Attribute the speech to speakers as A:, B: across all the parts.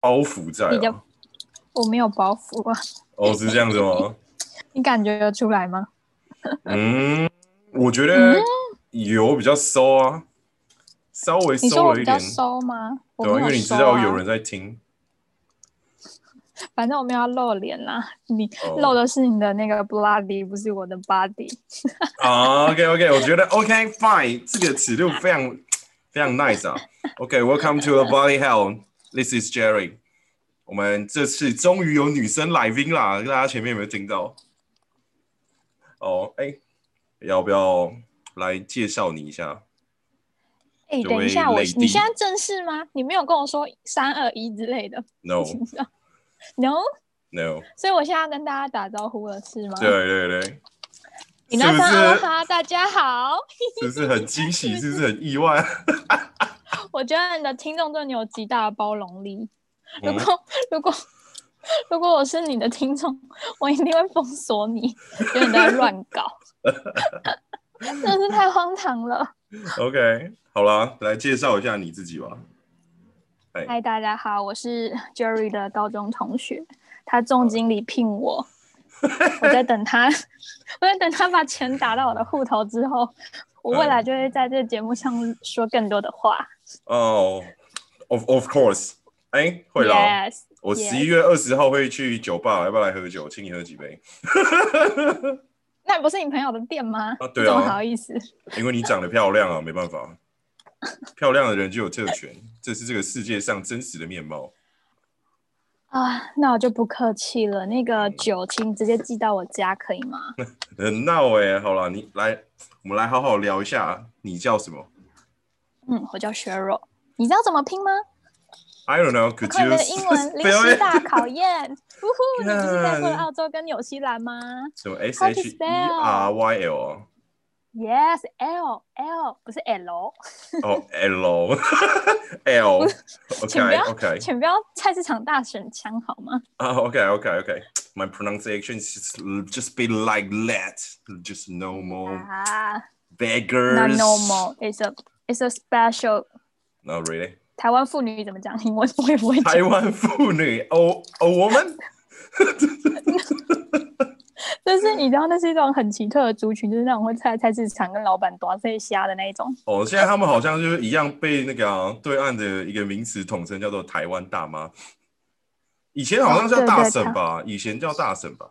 A: 包袱在、
B: 比
A: 啊
B: 较。我没有包袱啊，
A: 哦，是这样子吗？
B: 你感觉得出来吗？
A: 嗯，我觉
B: 嗯
A: 得有比较收啊，稍微
B: 你说
A: 收
B: 我
A: 了
B: 比
A: 一
B: 较
A: 点，
B: 收吗？我
A: 对、啊，
B: 没
A: 因为你知
B: 收啊
A: 道有人，在听，
B: 反正我没有要露脸啦， 你
A: 哦
B: 露的是你的那个 bloody，不是我的 body。
A: 啊，OK OK，我觉 得 OK fine，这个尺度非常非常 nice 啊。OK，Welcome、to the Body Hell，This is Jerry。我们这次终于有女生来宾啦，大家前面有没有听到？哦，哎，要不要来介绍你一下？
B: 哎，
A: 这
B: 等一
A: 位
B: 下，我
A: ，lady
B: 你现在正式吗？你没有跟我说三二一之类的
A: No
B: ，no，
A: No，
B: 所以我现在要跟大家打招呼了，是吗？
A: 对，对对，
B: 你那啊
A: 是不
B: 三二
A: 是
B: 哈，大家好。
A: 是不是很惊喜？是不是很意 外？
B: 我觉得你的听众对你有极大的包容力。如
A: 嗯
B: 果、 如果如果我是你的听众，我一定会封锁你，因为你在乱搞， 真的是太荒唐了。
A: 哦 OK，好啦，来介绍一下你自己吧。
B: 嗨，大家好，我是 Jerry 的高中同学，他总经理聘 我，我在等他， 我在等他把钱打到我的户头之后，我未来就会在这个节目上说更多的话。
A: 哦、o f of course，哎、 会啦。
B: Yes，
A: 我
B: Yes
A: 十一月二十号会去酒吧，要不要来喝酒？请你喝几杯，
B: 那不是你朋友的店吗？
A: 啊
B: 你
A: 对啊
B: 怎么好意思？
A: 因为你长得漂亮啊，没办法，漂亮的人就有特权，这是这个世界上真实的面貌。
B: 啊，那我就不客气了。那个酒，请你直接寄到我家，可以吗？
A: 很闹哎、好啦，你来，我们来好好聊一下，你叫什么
B: 嗯，我叫雪柔。你知道怎么拼吗？
A: ？I don't know, could
B: 快
A: you
B: 乐 英文临
A: spell
B: 时
A: it？
B: 大考验！呜呼，你不是在过
A: Yes
B: 了澳洲跟纽西兰吗
A: 什么 S
B: How to
A: H E R Y L？哦
B: ？Yes, L L 不是 L，
A: 哦，L L，
B: 请不
A: OK
B: 要
A: OK
B: 请不要菜市场大神枪好吗？
A: 啊，OK OK OK。My pronunciation just just be like that, just no more
B: 啊
A: beggars.
B: ，Not normal. It's a it's a special.
A: Not Oh, really.
B: 台湾妇女怎么讲英文？我也不 会讲
A: 台。湾 妇女，a a woman，
B: 但是你知道，那是一种很奇特的族群，就是那种会在菜市场跟老板短碎虾的那一种。
A: 哦，现在他们好像就是一样被那个啊、对岸的一个名词统称叫做台湾大妈。以前好
B: 哦
A: 像叫大婶吧，以前叫大婶吧，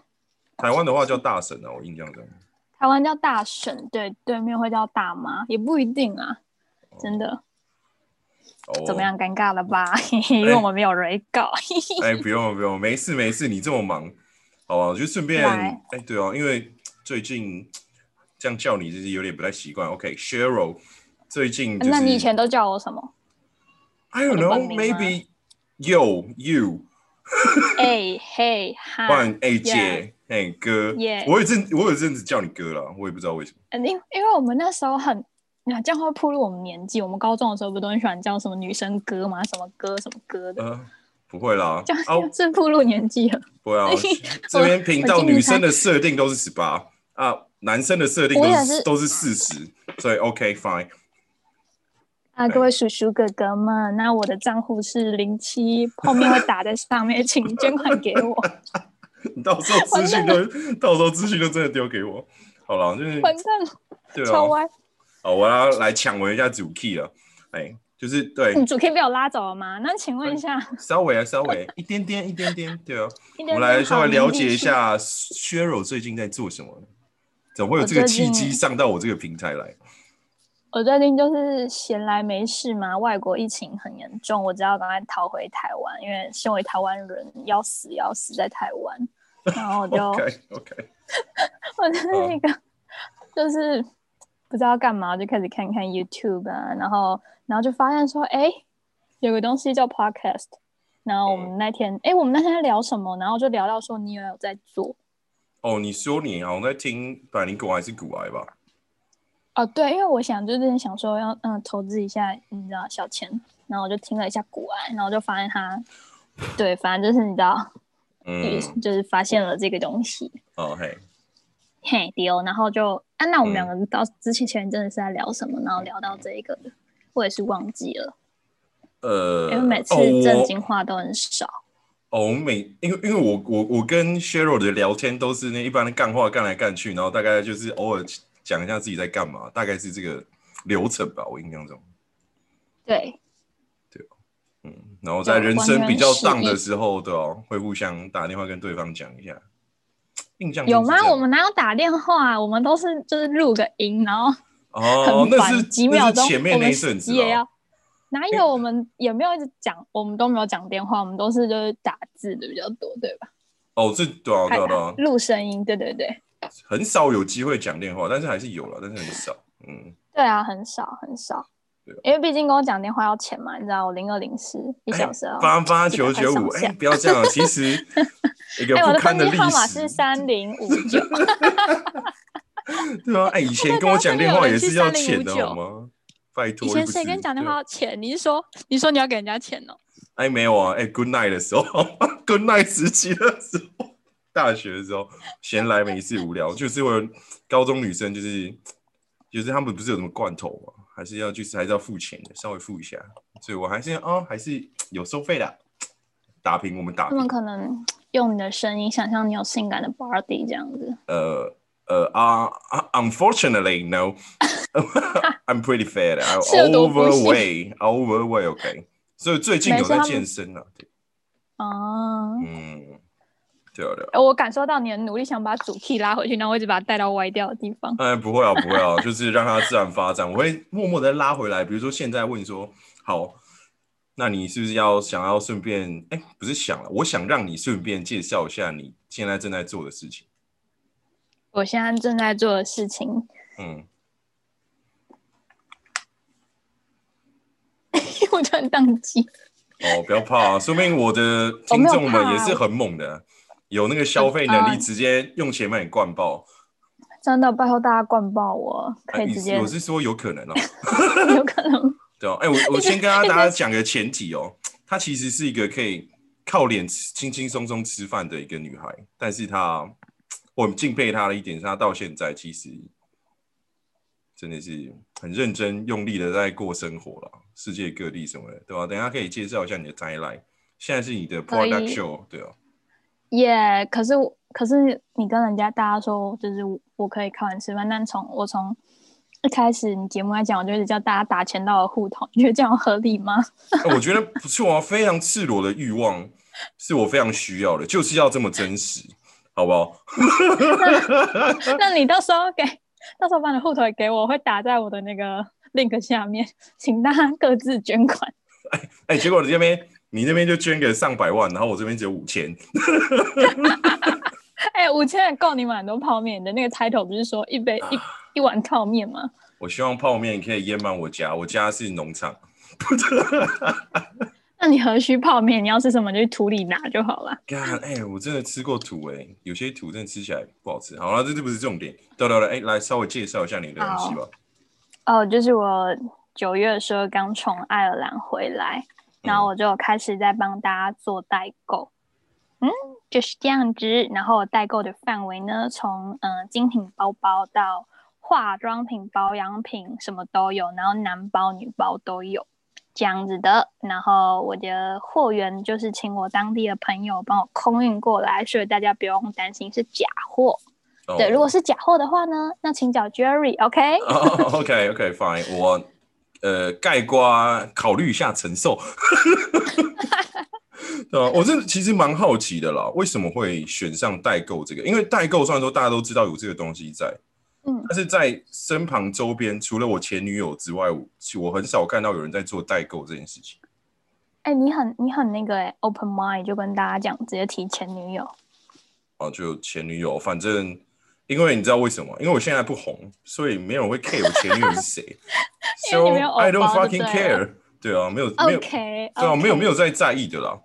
A: 台湾的话叫大婶啊，我印象中。
B: 台湾叫大婶，对，对面会叫大妈，也不一定啊，真的。
A: 哦，
B: 怎么？样，尴尬了吧？嘿嘿，因为我们没有人搞。嘿 嘿
A: 哎，不用不用，没事没事，你这么忙，好吧，我就顺便
B: 来
A: 哎，对哦、因为最近这样叫你就是有点不太习惯。OK，Cheryl，、最近、 就是、
B: 那你以前都叫我 什么？
A: I don't
B: 我的本
A: know
B: 名吗
A: maybe yo you。
B: 哎嘿哈
A: 不，然哎
B: Yeah
A: 姐哎哥
B: Yeah
A: 我有一阵我有一阵子叫你哥了，我也不知道为什么。
B: 呃因因为我们那时候很，那这样会暴露我们年纪。我们高中的时候不都很喜欢叫什么女生哥吗？什么哥什么哥的，
A: 呃，不会啦，
B: 这
A: 啊，
B: 样是暴露年 纪了。
A: 不会啊， 这边频道女生的设定都是十八啊，男生的设定
B: 我
A: 都
B: 也
A: 是
B: 是
A: 都是四十，所以 OK fine。
B: 啊，各位叔叔哥哥们，那我的账户是 零七，后面会打在上面，请捐款给我。
A: 哦你 到时候资讯都到时候资讯都真的丢给我。好了，就是
B: 完蛋了，
A: 对
B: 超
A: 啊，
B: 歪！
A: 好，我要来抢回一下主 key 了。哎，就是对，
B: 你主 K 被我拉走了吗？那请问一下，
A: 稍微啊，稍微一点点，一点点，对啊。
B: 我
A: 我们来稍微了解一。下 Sheryl 最近在做什么呢？怎么会有这个契
B: 我最
A: 机
B: 近
A: 上到我这个平台来？
B: 我最近就是闲来没事嘛，外国疫情很严重，我只要赶快逃回台湾，因为身为台湾人，要死要死在台湾。然后我就
A: OK OK，
B: 我就是那个，就是不知道干嘛，就开始看看 YouTube 啊，然后然后就发现说，哎，有个东西叫 Podcast。然后我们那天，哎，我们那天在聊什么？然后就聊到说你也有在做
A: 哦，你说你好像在听百灵果还是古癌吧？
B: 哦，对，因为我想就是想说要嗯投资一下，你知道小钱，然后我就听了一下古玩，然后就发现他，对，反正就是你知道，
A: 嗯
B: 也，就是发现了这个东西，
A: 哦嘿，
B: 嘿丢，然后就啊，那我
A: 嗯
B: 们两个到之前前真的是在聊什么，然后聊到这一个，我也是忘记了。
A: 呃，
B: 因为每次
A: 哦我
B: 正经话都很少。
A: 哦，我每因为因为我我我跟 Cheryl 的聊天都是那一般的干话干来干去，然后大概就是偶尔讲一下自己在干嘛，大概是这个流程吧，我印象中。
B: 对，
A: 嗯，然后在
B: 对
A: 人
B: 完
A: 生
B: 全
A: 比较
B: 是
A: 荡
B: 一
A: 的时候，对哦，会互相打电话跟对方讲一下。印象中
B: 有
A: 是
B: 吗
A: 这？样
B: 我们哪有打电话、啊？我们都是就是录个音，然后
A: 哦，
B: 很
A: 那
B: 烦，
A: 是
B: 几秒
A: 那
B: 钟，
A: 是前面
B: 我
A: 那
B: 们
A: 一阵子
B: 也
A: 哦
B: 要。哪有我们也没有一直讲，我们都没有讲电话，我们都是就是打字的比较多，对吧？
A: 哦，这对啊对啊对啊，
B: 录声音，对对对，
A: 很少有机会讲电话，但是还是有了，但是很少。嗯，
B: 对啊，很少很少
A: 对啊，
B: 因为毕竟跟我讲电话要钱嘛，你知道我零二零四一小时哦。
A: 八八九九五，
B: 记得快上
A: 哎，
B: 下
A: 不要这样，其实 一个
B: 哎，我
A: 不
B: 的
A: 堪的
B: 登记
A: 历
B: 号码
A: 史
B: 是。三 零五九，
A: 对 啊，哎，以前跟我讲电话也是要钱的
B: 对啊
A: 好吗？拜托，
B: 以
A: 又
B: 前
A: 不
B: 谁
A: 是
B: 跟你讲电话
A: 对啊
B: 要钱？你是说你说你要给人家钱哦？
A: 哎，没有啊，哎，Good night 的时候 ，Good night 时期的时候，大学的时候，闲来没事无聊，就是会有高中女生，就是就是他们不是有什么罐头嘛，还是要就是还是要付钱的，稍微付一下，所以我还是哦，还是有收费的，打平我们打
B: 他
A: 平
B: 们，可能用你的声音想象你有性感的 body 这样子。
A: 呃呃啊、啊 u n f o r t u n a t e l y no. I'm pretty fat. I'm
B: 是有多不幸
A: overweight. Overweight. OK. 所以最近有在健身了、啊，对，
B: 哦、
A: 嗯，对啊，对啊。
B: 哎我感受到你的努力想把主 key 拉回去，然后我一直把它带到歪掉的地方。
A: 哎，不会啊，不会 啊，就是让它自然发展。我会 默默的拉回来。比如说，现在问说，好，那你是不是要想要顺便？哎，不是想了，我想让你顺便介绍一下你现在正在做的事情。
B: 我现在正在做的事情，
A: 嗯，
B: 我突然宕机。
A: 哦，不要怕啊，说明我的
B: 哦
A: 听众
B: 啊
A: 们也是很猛的，有那个消费能力，
B: 嗯
A: 直接用钱把你灌爆。
B: 真的，拜托大家灌爆我，可
A: 哎
B: 以
A: 你
B: 直接，
A: 我是说有可能哦，
B: 有可能
A: 对哦。哎， 我我先跟大家讲个前提哦，她其实是一个可以靠脸吃轻轻松松吃饭的一个女孩，但是她，我很敬佩她的一点是，她到现在其实真的是很认真用力的在过生活了，世界各地什么的，对吧、啊等一下可以介绍一下你的 timeline，现在是你的
B: 可以
A: product show，对哦。
B: 耶。Yeah，可是我可是你跟人家大家说，就是我可以靠你吃饭，但从我从一开始你节目来讲，我就一直叫大家打钱到我户头，你觉得这样合理吗？
A: 哎我觉得不错啊，非常赤裸的欲望是我非常需要的，就是要这么真实，好不好？呃
B: 那你到时候给，到时候把你的户头也给我，我会打在我的那个 link 下面，请大家各自捐款。
A: 哎、结果你这边你那边就捐个上百万，然后我这边只有五千，
B: 哎、五千也够你买很多泡面你的。那个 title 不是说一杯一一碗泡面吗？
A: 我希望泡面可以淹满我家，我家是农场。
B: 那你何须泡面？你要吃什么就去土里拿就好了。
A: 干，哎、我真的吃过土哎、有些土真的吃起来不好吃。好了，这这不是重点。对对对，哎、来稍微介绍一下你的东西吧。
B: 哦，就是我九月的时候刚从爱尔兰回来，然后我就开始在帮大家做代购。嗯，就是这样子。然后我代购的范围呢，从嗯、呃精品包包到化妆品、保养品，什么都有，然后男包、女包都有。这样子的，然后我的货源就是请我当地的朋友帮我空运过来，所以大家不用担心是假货。
A: 哦
B: 对，如果是假货的话呢，那请找 Jerry，OK？、
A: 哦 OK OK fine，我呃盖瓜考虑一下承受。 对啊，我这其实蛮好奇的啦，为什么会选上代购这个？因为代购虽然说大家都知道有这个东西在，
B: 嗯
A: 但是在身旁周边，除了我前女友之外，我我很少看到有人在做代购这件事情。
B: 哎、你很你很那个哎、o p e n mind 就跟大家讲，直接提前女友。。
A: 啊，就前女友，反正因为你知道为什么？因为我现在不红，所以没有人会 care 我前女友是谁
B: 因为你没有
A: I don't
B: 偶包就
A: fucking
B: 对了
A: care。对啊，没有没有
B: OK，
A: 对啊，没有没
B: 有，
A: 有在在意的啦。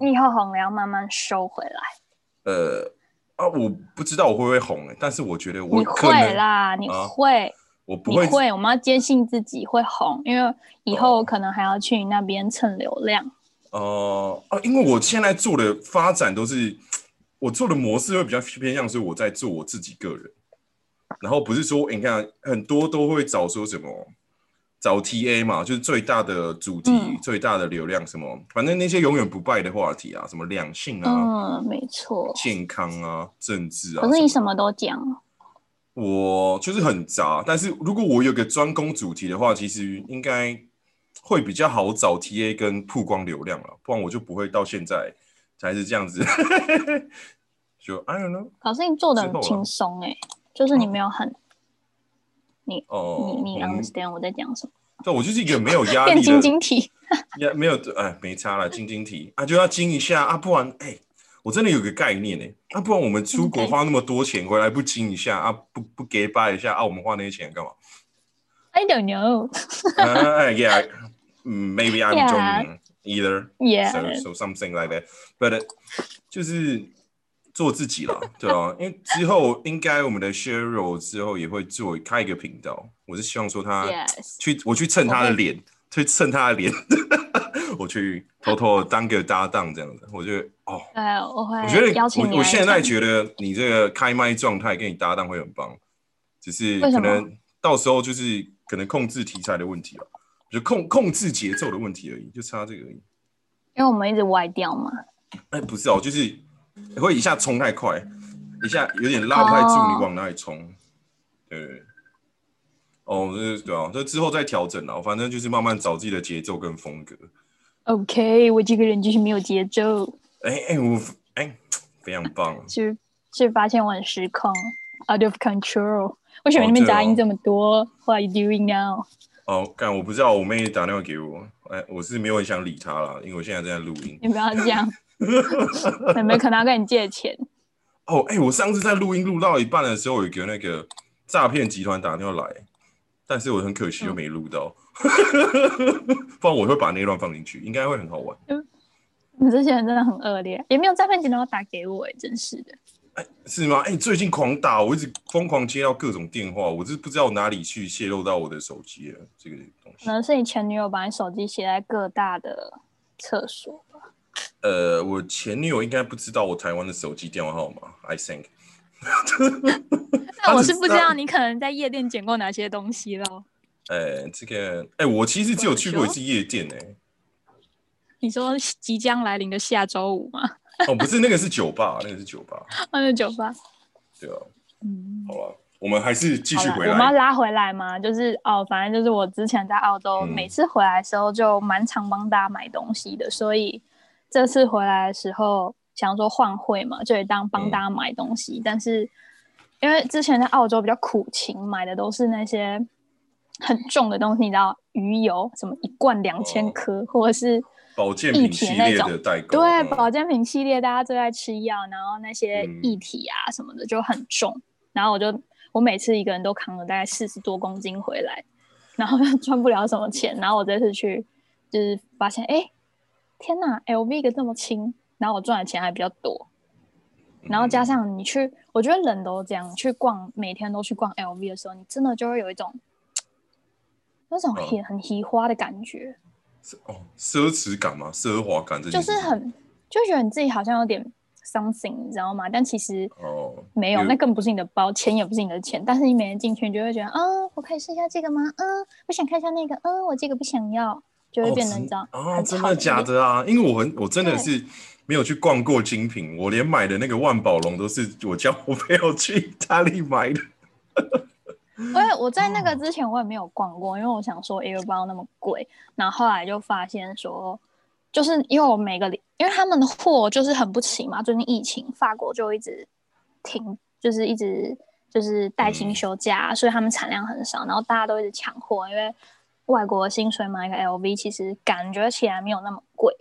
B: 你以后红了要慢慢收回来。
A: 呃啊，我不知道我会不会红、欸，但是我觉得我
B: 你
A: 可
B: 会
A: 能
B: 啦，你
A: 啊
B: 会，
A: 我不
B: 你
A: 会哦
B: 会，我们要坚信自己会红，因为以后可能还要去你那边蹭流量。
A: 呃啊，因为我现在做的发展都是我做的模式会比较偏向是我在做我自己个人，然后不是说、欸你看很多都会找说什么。找 TA 嘛，就是最大的主题、
B: 嗯
A: 最大的流量什么，反正那些永远不败的话题啊，什么两性啊、
B: 嗯，没错。
A: 健康啊、政治啊。
B: 可是你
A: 什
B: 什
A: 么
B: 么都讲，
A: 我就是很杂，但是如果我有个专攻主题的话，其实应该会比较好找 TA 跟曝光流量了，不然我就不会到现在才是这样子。就 I don't know，
B: 可是你做的
A: 之后
B: 很
A: 啊
B: 轻松哎，就是你没有很，
A: 哦、
B: 你你
A: 我们
B: understand 我在讲什么？
A: 对我就是一个没有压
B: 变
A: 力
B: 晶
A: 的，
B: 晶体，
A: 也没有哎，没差了，晶晶体啊，就要晶一下啊，不然哎、我真的有个概念哎、啊，不然我们
B: 嗯
A: 出国花那么多钱回来不晶一下啊，不不给掰一下啊，我们花那些钱干嘛？
B: I don't know.
A: 哎、y e a h m a y b e I'm
B: Yeah.
A: joking either. So
B: Yeah.
A: so something like that. But 就是做自己 啦，对啊，因为之后应该我们的 Sheryl 之后也会做开一个频道，我是希望说他
B: Yes.
A: 去我去蹭他的脸，去蹭他的脸， 我去偷偷地当个搭档这样子，我觉得哦，
B: 对，我会
A: 我觉得
B: 哎邀请你来
A: 我我现在
B: 讲
A: 觉得你这个开麦状态跟你搭档会很棒，只是
B: 为什
A: 可
B: 么
A: 能到时候就是可能控制题材的问题吧，就控控制节奏的问题而已，就差这个而已。
B: 因为我们一直歪掉嘛。
A: 哎，不是哦，就是会一下冲太快，一下有点拉不太住，
B: 哦
A: 你往哪里冲？对对对。哦，这对啊，这之后再调整啊，反正就是慢慢找自己的节奏跟风格。
B: OK，我这个人就是没有节奏，
A: 哎哎，我哎非常棒，
B: 就就发现我很失控，out of control。为什么你们杂音哦这么多、w h a t are you doing now？
A: 哦，干，我不知道我妹打电话给我，哎，我是没有很想理她啦，因为我现在正在录音。
B: 你不要这 样，妹妹可能要跟你借钱。
A: 哦，哎，我上次在录音录到一半的时候，有一个那个诈骗集团打电话来，但是我很可惜又没录到， 不然我会把那段放进去，应该会很好玩。
B: 你这些人真的很恶劣，也没有诈骗集团要打给我、欸，真是的。
A: 是吗？哎、你最近狂打，我一直疯狂接到各种电话，我就是不知道哪里去泄露到我的手机了这个东西
B: 可。能是你前女友把你手机写在各大的厕所吧。
A: 呃，我前女友应该不知道我台湾的手机电话号码，I think。
B: 那我是不知
A: 她只
B: 道你可能在夜店捡过哪些东西喽。
A: 呃，这个，哎、我其实只有去过一次夜店、
B: 你说即将来临的下周五吗？
A: 哎，哦，不是，那个是酒吧，那个是酒吧，
B: 那就酒吧。
A: 对啊，
B: 嗯。
A: 好了，我们还是继
B: 好
A: 续
B: 了，
A: 回
B: 我们要
A: 来，
B: 拉回来嘛，就是哦，反正就是我之前在澳洲，
A: 嗯
B: 每次回来的时候就蛮常帮大家买东西的，所以这次回来的时候想说换汇嘛，就也当帮大家买东
A: 嗯
B: 西，但是因为之前在澳洲比较苦情，买的都是那些很重的东西，你知道鱼油什么一罐两千
A: 哦
B: 颗，或者是
A: 保健
B: 一
A: 品
B: 体
A: 系
B: 那
A: 列
B: 种
A: 的代购，
B: 对，
A: 嗯
B: 保健品系列大家最爱吃药，然后那些
A: 嗯
B: 液体啊什么的就很重，然后我就我每次一个人都扛了大概四十多公斤回来，然后 又赚不了什么钱，然后我这次去就是发现，哎，天呐 l v 一个这么轻，然后我赚的钱还比较多，
A: 嗯
B: 然后加上你去，我觉得人都这样，去逛每天都去逛 LV 的时候，你真的就会有一种那种
A: 嗯
B: 很很奇花的感觉，
A: 哦，奢侈感嘛，奢华感这件
B: 就
A: 事
B: 是
A: 情
B: 很就觉得你自己好像有点 something，你知道吗？但其实
A: 哦，
B: 没有，
A: 有
B: 那更不是你的包，钱也不是你的钱。但是你每天进去，你就会觉得，嗯，我可以试一下这个吗？嗯，我想看一下那个，嗯，我这个不想要，就会
A: 哦
B: 变得
A: 真
B: 你知道
A: 啊，
B: 很
A: 真
B: 讨
A: 的
B: 厌
A: 假的啊？因为我很，我真的是没有去逛过精品，我连买的那个万宝龙都是我叫我朋友去意大利买的。
B: 因为我在那个之前我也没有逛过，因为我想说一个包那么贵，然后后来就发现说，就是因为我每个礼，因为他们的货就是很不齐嘛，最近疫情，法国就一直停，就是一直就是带薪休假，所以他们产量很少，然后大家都一直抢货，因为外国的薪水买一个 LV 其实感觉起来没有那么贵，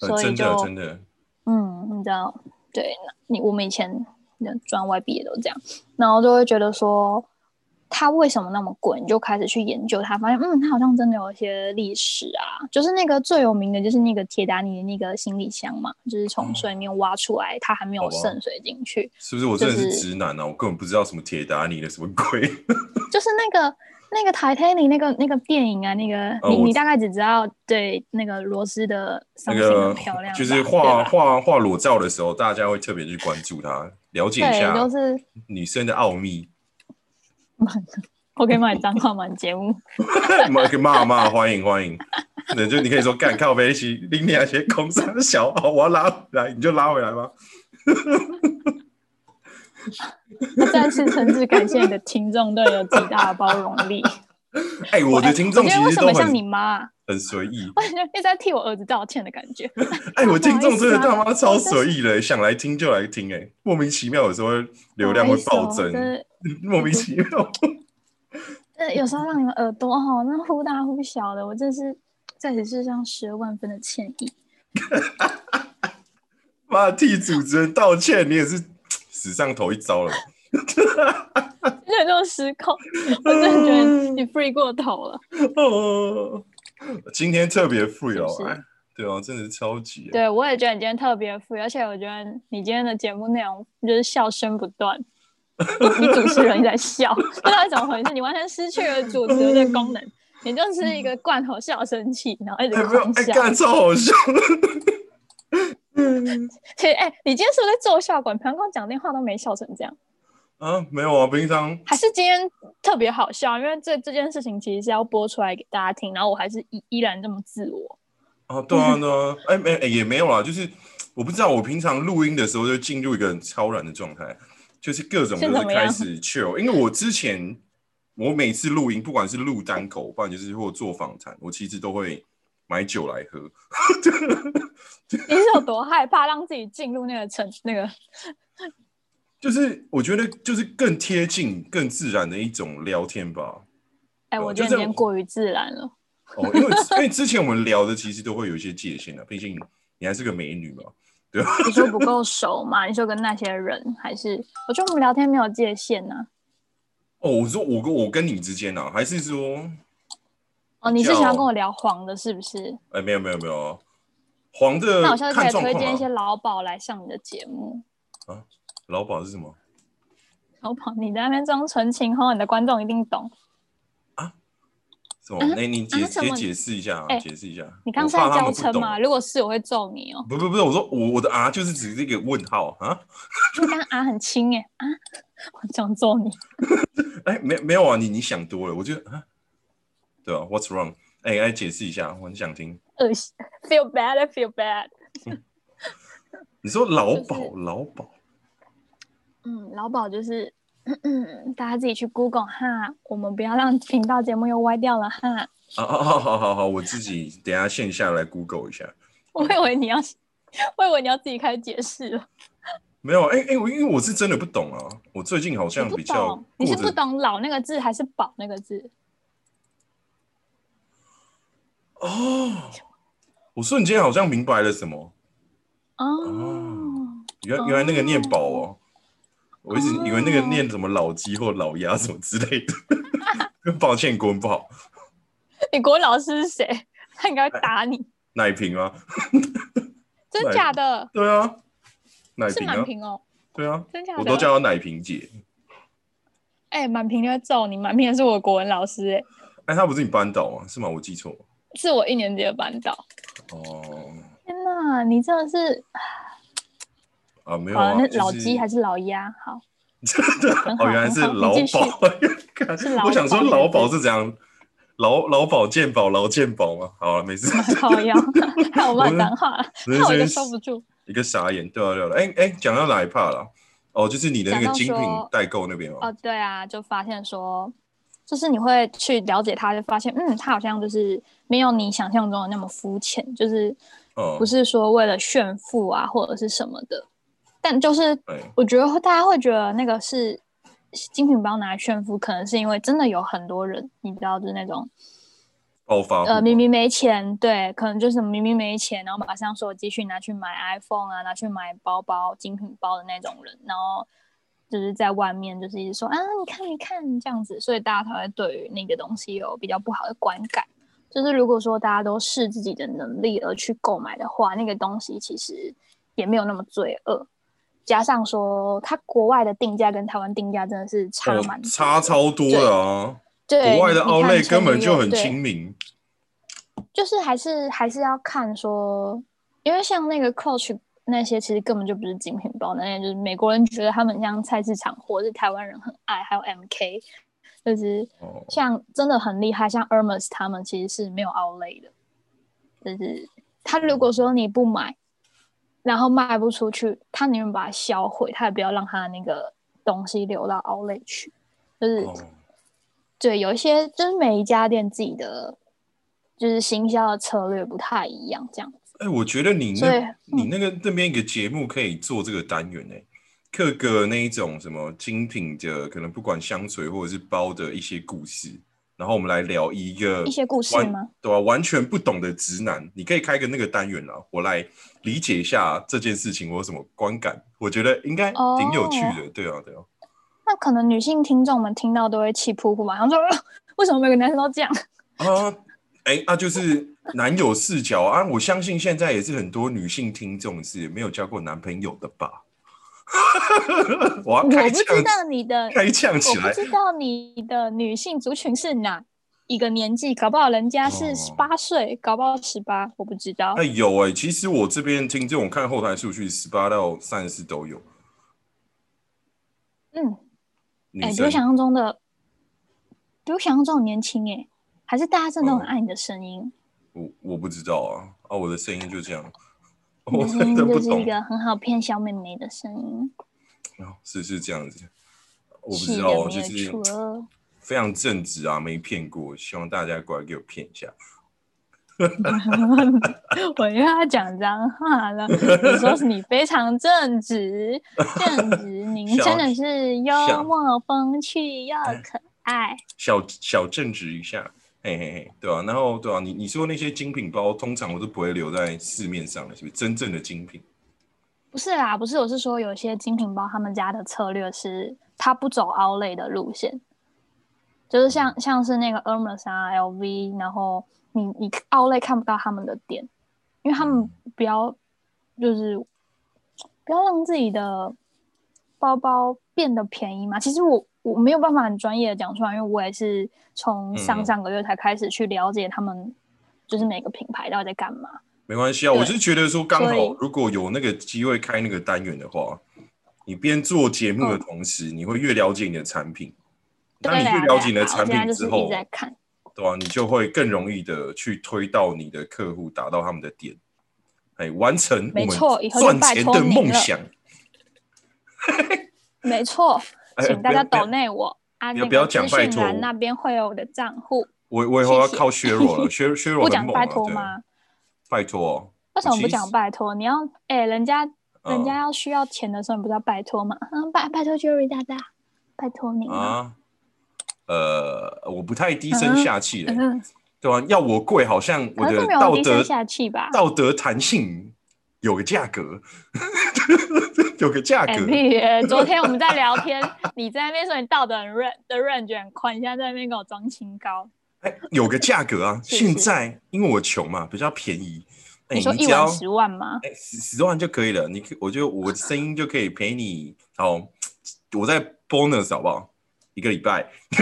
A: 呃，
B: 所以
A: 真
B: 就
A: 的真的，
B: 嗯，你知道，对，那你我们以前那赚外币也都这样，然后就会觉得说，它为什么那么贵？你就开始去研究它，发现嗯，它好像真的有一些历史啊。就是那个最有名的就是那个铁达尼的那个行李箱嘛，就是从水里面挖出来，它还没有
A: 嗯好吧
B: 渗水进去，
A: 是不是我真的
B: 就是是
A: 直男啊？我根本不知道什么铁达尼的什么鬼。
B: 就是那个那个 Titanic 那个那个电影啊，那个、
A: 哦
B: 你
A: 我
B: 你大概只知道对那个罗斯的
A: 那
B: something
A: 个
B: 很漂亮吧，
A: 就是
B: 对
A: 画
B: 吧
A: 画画裸照的时候，大家会特别去关注它，了解一
B: 对，
A: 下
B: 就是
A: 女生的奥秘。
B: 我可以 骂你脏话吗？你节目
A: 骂可以骂骂，欢迎欢迎。对，就你可以说干靠背西，拎你那些空山小，哦我要拉回来，你就拉回来吧。
B: 再次诚挚感谢你的听众对有极大的包容 力。
A: 哎、我的听众
B: 我
A: 其
B: 觉得为
A: 实
B: 什
A: 都
B: 么像你
A: 很
B: 妈、啊？
A: 很随意。
B: 我觉得一直在替我儿子道歉的感觉。
A: 哎、我听众真的
B: 不
A: 他
B: 好啊
A: 妈超随意的，欸想来听就来听、哎，莫名其妙有时候流量会暴增
B: 不好意思哦，真的
A: 莫名其妙。
B: 真的有时候让你们耳朵哈，那忽大忽小的，我真是在此事上十万分的歉意。
A: 妈，替主持人道歉，你也是史上头一遭了。
B: 有这种失控，我真的觉得你 free 过头了。
A: 哦， 今天特别 free 哦，
B: 是不是
A: 哎，对哦，真的是超级。
B: 对，我也觉得你今天特别 free，而且我觉得你今天的节目内容就是笑声不 断。你你主持人一直在笑，不知道怎么回事，你完全失去了主持人的功 能，你就是一个罐头笑声器，然后一直
A: 哎，没有
B: 狂，
A: 哎，
B: 笑。
A: 干超好 笑。
B: 其实，哎、你今天是不是在做效果？你平常跟我讲电话都没笑成这样，
A: 啊，没有啊，平常
B: 还是今天特别好笑？因为这这件事情其实是要播出来给大家听，然后我还是依依然这么自我。
A: 啊，对啊，对啊，哎，没，哎也没有啦，就是我不知道，我平常录音的时候就进入一个很超然的状态，就是各种
B: 是
A: 都
B: 怎
A: 是
B: 么样
A: 开始 chill，因为我之前我每次录音，不管是录单口，不然就是或做访谈，我其实都会买酒来喝。
B: 你是有多害怕让自己进入那个层那个？
A: 就是我觉得就是更贴近、更自然的一种聊天吧。
B: 哎、
A: 有
B: 我觉
A: 就这
B: 得你今
A: 样
B: 天过于自然了。
A: 哦，因为因为之前 我们聊的其实都会有一些界限啊的、毕竟你还是个美女嘛。
B: 你说不够熟嘛？你说跟那些人还是？我觉得我们聊天没有界限啊呐、
A: 哦，我说我跟我跟你之间啊，还是说，
B: 哦，你是
A: 叫
B: 想要跟我聊黄的，是不是？
A: 哎，没有没有没有，黄的
B: 那我下次
A: 呃
B: 可
A: 看
B: 以
A: 状
B: 推
A: 况
B: 荐一些
A: 啊。
B: 老鸨来上你的节目。
A: 老鸨是什么？
B: 老鸨，你在那边装纯情哦吼，你的观众一定懂。
A: 什么？
B: 啊
A: 那你解
B: 啊什
A: 解
B: 么
A: 解释一下啊，
B: 哎
A: 解释一下。
B: 你刚
A: 我
B: 才
A: 怕
B: 在
A: 他
B: 娇
A: 们不
B: 嗔
A: 懂。啊
B: 嘛？如果是，我会揍你哦。
A: 不不不是，我说我我的啊，就是只是一个问号啊。
B: 你刚刚啊很轻哎啊，我想揍你。
A: 哎，没没有啊，你你想多了，我觉得啊，对啊，What's wrong？哎，来解释一下，我很想听。
B: 恶心，feel bad，feel bad。
A: 你说劳
B: 就
A: 保，
B: 是
A: 劳保，
B: 嗯，老鸨就是 咳咳大家自己去 Google 哈，我们不要让频道节目又歪掉了哈。
A: 啊啊，好好好好，我自己等一下线下来 Google 一下。
B: 我以为你要，我以为你要自己开始解释了。
A: 没有，哎、哎，我、因为我是真的不懂啊，我最近好
B: 你
A: 像
B: 不
A: 比较
B: 懂，你
A: 过
B: 是
A: 着
B: 不懂“老”那个字还是“宝”那个字？
A: 哦，我瞬间好像明白了什么，
B: 哦，
A: 原
B: 哦
A: 原来那个念宝哦，我一直
B: 哦
A: 以为那个念什么老鸡或老鸭什么之类的， 抱歉，国文不好，
B: 你国文老师是谁？他应该
A: 哎
B: 会打你，
A: 奶瓶啊，
B: 真假的？
A: 对啊，奶
B: 是
A: 瓶
B: 满
A: 啊，
B: 屏哦，
A: 对啊，
B: 真假的？
A: 我都叫她奶瓶姐，
B: 哎，满屏就会揍你，满屏也是我国文老师哎、
A: 哎、她不是你班导吗？是吗？我记错了，
B: 是我一年级的班导。
A: 哦，
B: 天哪，你真的是
A: 啊，没有
B: 好了
A: 啊，，
B: 哦那
A: 就是
B: 老鸡还是老鸭？好，
A: 真的
B: 很好
A: 哦，原来是
B: 很好
A: 劳
B: 你继续
A: 保， 看
B: 是劳
A: 我想说
B: 保
A: 劳保是怎样，劳劳保健保劳健保吗？好了，没事，
B: 靠腰， 看我
A: 我
B: 骂脏话，
A: 人
B: 看我一个
A: 生
B: 收不住。
A: 一个傻眼，对啊对啊，哎哎，讲到哪一 part 了？哦，就是你的那个
B: 讲到
A: 精品
B: 说
A: 代购那边嘛，
B: 哦，对啊，就发现说，就是你会去了解他，就发现，嗯，他好像就是没有你想象中的那么肤浅，就是
A: 哦，
B: 不，是说为了炫富啊或者是什么的，但就是
A: 哎，
B: 我觉得大家会觉得那个是精品包拿来炫富，可能是因为真的有很多人，你知道，就是那种
A: 爆发户
B: 呃明明没钱，对，可能就是明明没钱，然后把身上所有积蓄拿去买 iPhone 啊，拿去买包包、精品包的那种人，然后就是在外面就是一直说啊，你看你看这样子，所以大家才会对于那个东西有比较不好的观感。就是如果说大家都视自己的能力而去购买的话，那个东西其实也没有那么罪恶。加上说，它国外的定价跟台湾定价真的是差
A: 哦
B: 蛮多的、
A: 差超多了啊，
B: 对
A: 国外的
B: 你看
A: 奥莱根本就很
B: 成语有对
A: 亲民，
B: 就是还是还是要看说，因为像那个 Coach 那些，其实根本就不是精品包，那些就是美国人觉得他们像菜市场货，是台湾人很爱，还有 MK，就是
A: 哦，
B: 像真的很厉害，像 Hermes 他们其实是没有 outlay 的，就是他如果说你不买，然后卖不出去，他宁愿把它销毁，他也不要让他那个东西流到 outlay 去。就是、
A: 哦
B: 对，有一些就是每一家店自己的就是行销的策略不太一样，这样
A: 哎、我觉得你
B: 所以嗯
A: 那、你那个那边一个节目可以做这个单元哎、各个那一种什么精品的，可能不管香水或者是包的一些故事，然后我们来聊一个
B: 一些故事
A: 完
B: 吗？
A: 对吧、完全不懂的直男，你可以开个那个单元啊，我来理解一下这件事情我有什么观感，我觉得应该挺有趣的，
B: 哦
A: 对啊，对啊，
B: 那可能女性听众们听到都会气噗噗嘛，然后说、呃为什么每个男生都这样？
A: 啊，哎、那、就是男友视角啊，我相信现在也是很多女性听众是没有交过男朋友的吧？ 我要
B: 我不
A: 哦开呛
B: 知道你的
A: 开呛起
B: 我
A: 来
B: 不，知道你的女性族群是哪一个年纪，搞不好人家
A: 哦
B: 是十八岁，搞不好十八，我不知道
A: 哎、。有哎、其实我这边听众我看后台数据，十八到三十四都有
B: 嗯，
A: 女
B: 哎、比
A: 生
B: 我，想象中的，比我想象中的年轻哎、还是大家真的都很爱你的声音，
A: 我我不知道啊啊，我的声音就这样，
B: 你
A: 我
B: 的声
A: 真
B: 音
A: 的不
B: 就是一
A: 懂，
B: 个很好骗小妹妹的声音，
A: 哦是是这样子，我不
B: 是
A: 知
B: 的，
A: 道哦，
B: 没
A: 就
B: 有
A: 是
B: 错 哦。
A: 非常正直啊，没骗过，希望大家过来给我骗一下。
B: 我又要讲脏话了。你说是你非常正直，正 直，您
A: 小
B: 真的是
A: 小
B: 幽默风趣又可爱。
A: 小小正直一下，嘿嘿嘿，对啊，然后对啊，你你说那些精品包，通常我都不会留在市面上的，是不是？真正的精品
B: 不是啦，不是，我是说有些精品包他们家的策略是，他不走 o u l 的路线，就是
A: 嗯
B: 像像是那个 Hermes 啊、LV，然后你你 o u l 看不到他们的店，因为他
A: 嗯
B: 们不要就是不要让自己的包包变得便宜嘛。其实我我没有办法很专业的讲出来，因为我也是从
A: 嗯
B: 上
A: 嗯
B: 上个月才开始去了解他们就是每个品牌到底在干嘛。
A: 没关系啊，
B: 对
A: 我是觉得说刚
B: 所
A: 好
B: 以
A: 如果有那个机会开那个单元的话，你边做节目的同时，你会越了解你的产品。当你
B: 嗯对啊
A: 越了解你
B: 对
A: 的
B: 啊
A: 产
B: 我现在
A: 品
B: 就是
A: 之
B: 一直
A: 后，
B: 在看。
A: 对啊，你就会更容易的去推到你的客户，达到他们的点，哎，完成我
B: 没
A: 们
B: 错以后就
A: 赚
B: 拜
A: 钱
B: 托
A: 的
B: 您
A: 梦
B: 了
A: 想。
B: 没错，
A: 哎
B: 请大
A: 不要
B: 家
A: 不要
B: 抖内我啊，
A: 不
B: 那
A: 要不要
B: 个
A: 讲
B: 资
A: 拜
B: 讯
A: 托
B: 栏那边会有我的账户，
A: 我我以后要
B: 谢谢
A: 靠削弱 了，削削弱
B: 不
A: 很
B: 讲
A: 猛
B: 拜
A: 啊，
B: 托
A: 对
B: 吗？
A: 拜托哦，
B: 为什么不
A: 我其
B: 讲
A: 实
B: 拜托？你要哎、人家
A: 嗯
B: 人家要需要钱的时候，你不是要拜托吗？嗯，拜拜托 Jerry 大大，拜托你了。
A: 啊？呃，我不太低声下气了，
B: 嗯，
A: 对吧、要我跪，好像我
B: 可
A: 的
B: 是没
A: 道
B: 有低声
A: 德
B: 下气吧？
A: 道德弹性有个价格， 有个价
B: 哎
A: 格。
B: 屁耶！昨天我们在聊天，你在那边说你道德很 range 的 range 很宽，你现在在那边给我装清高。
A: 哎，有个价格啊！
B: 是
A: 现在因为我穷嘛，比较便宜。哎，
B: 你说
A: 只
B: 一
A: 要
B: 晚十万吗？
A: 哎十十万就可以了，你可我就我声音就可以陪你。好，我在 bonus 好不好？一个礼拜，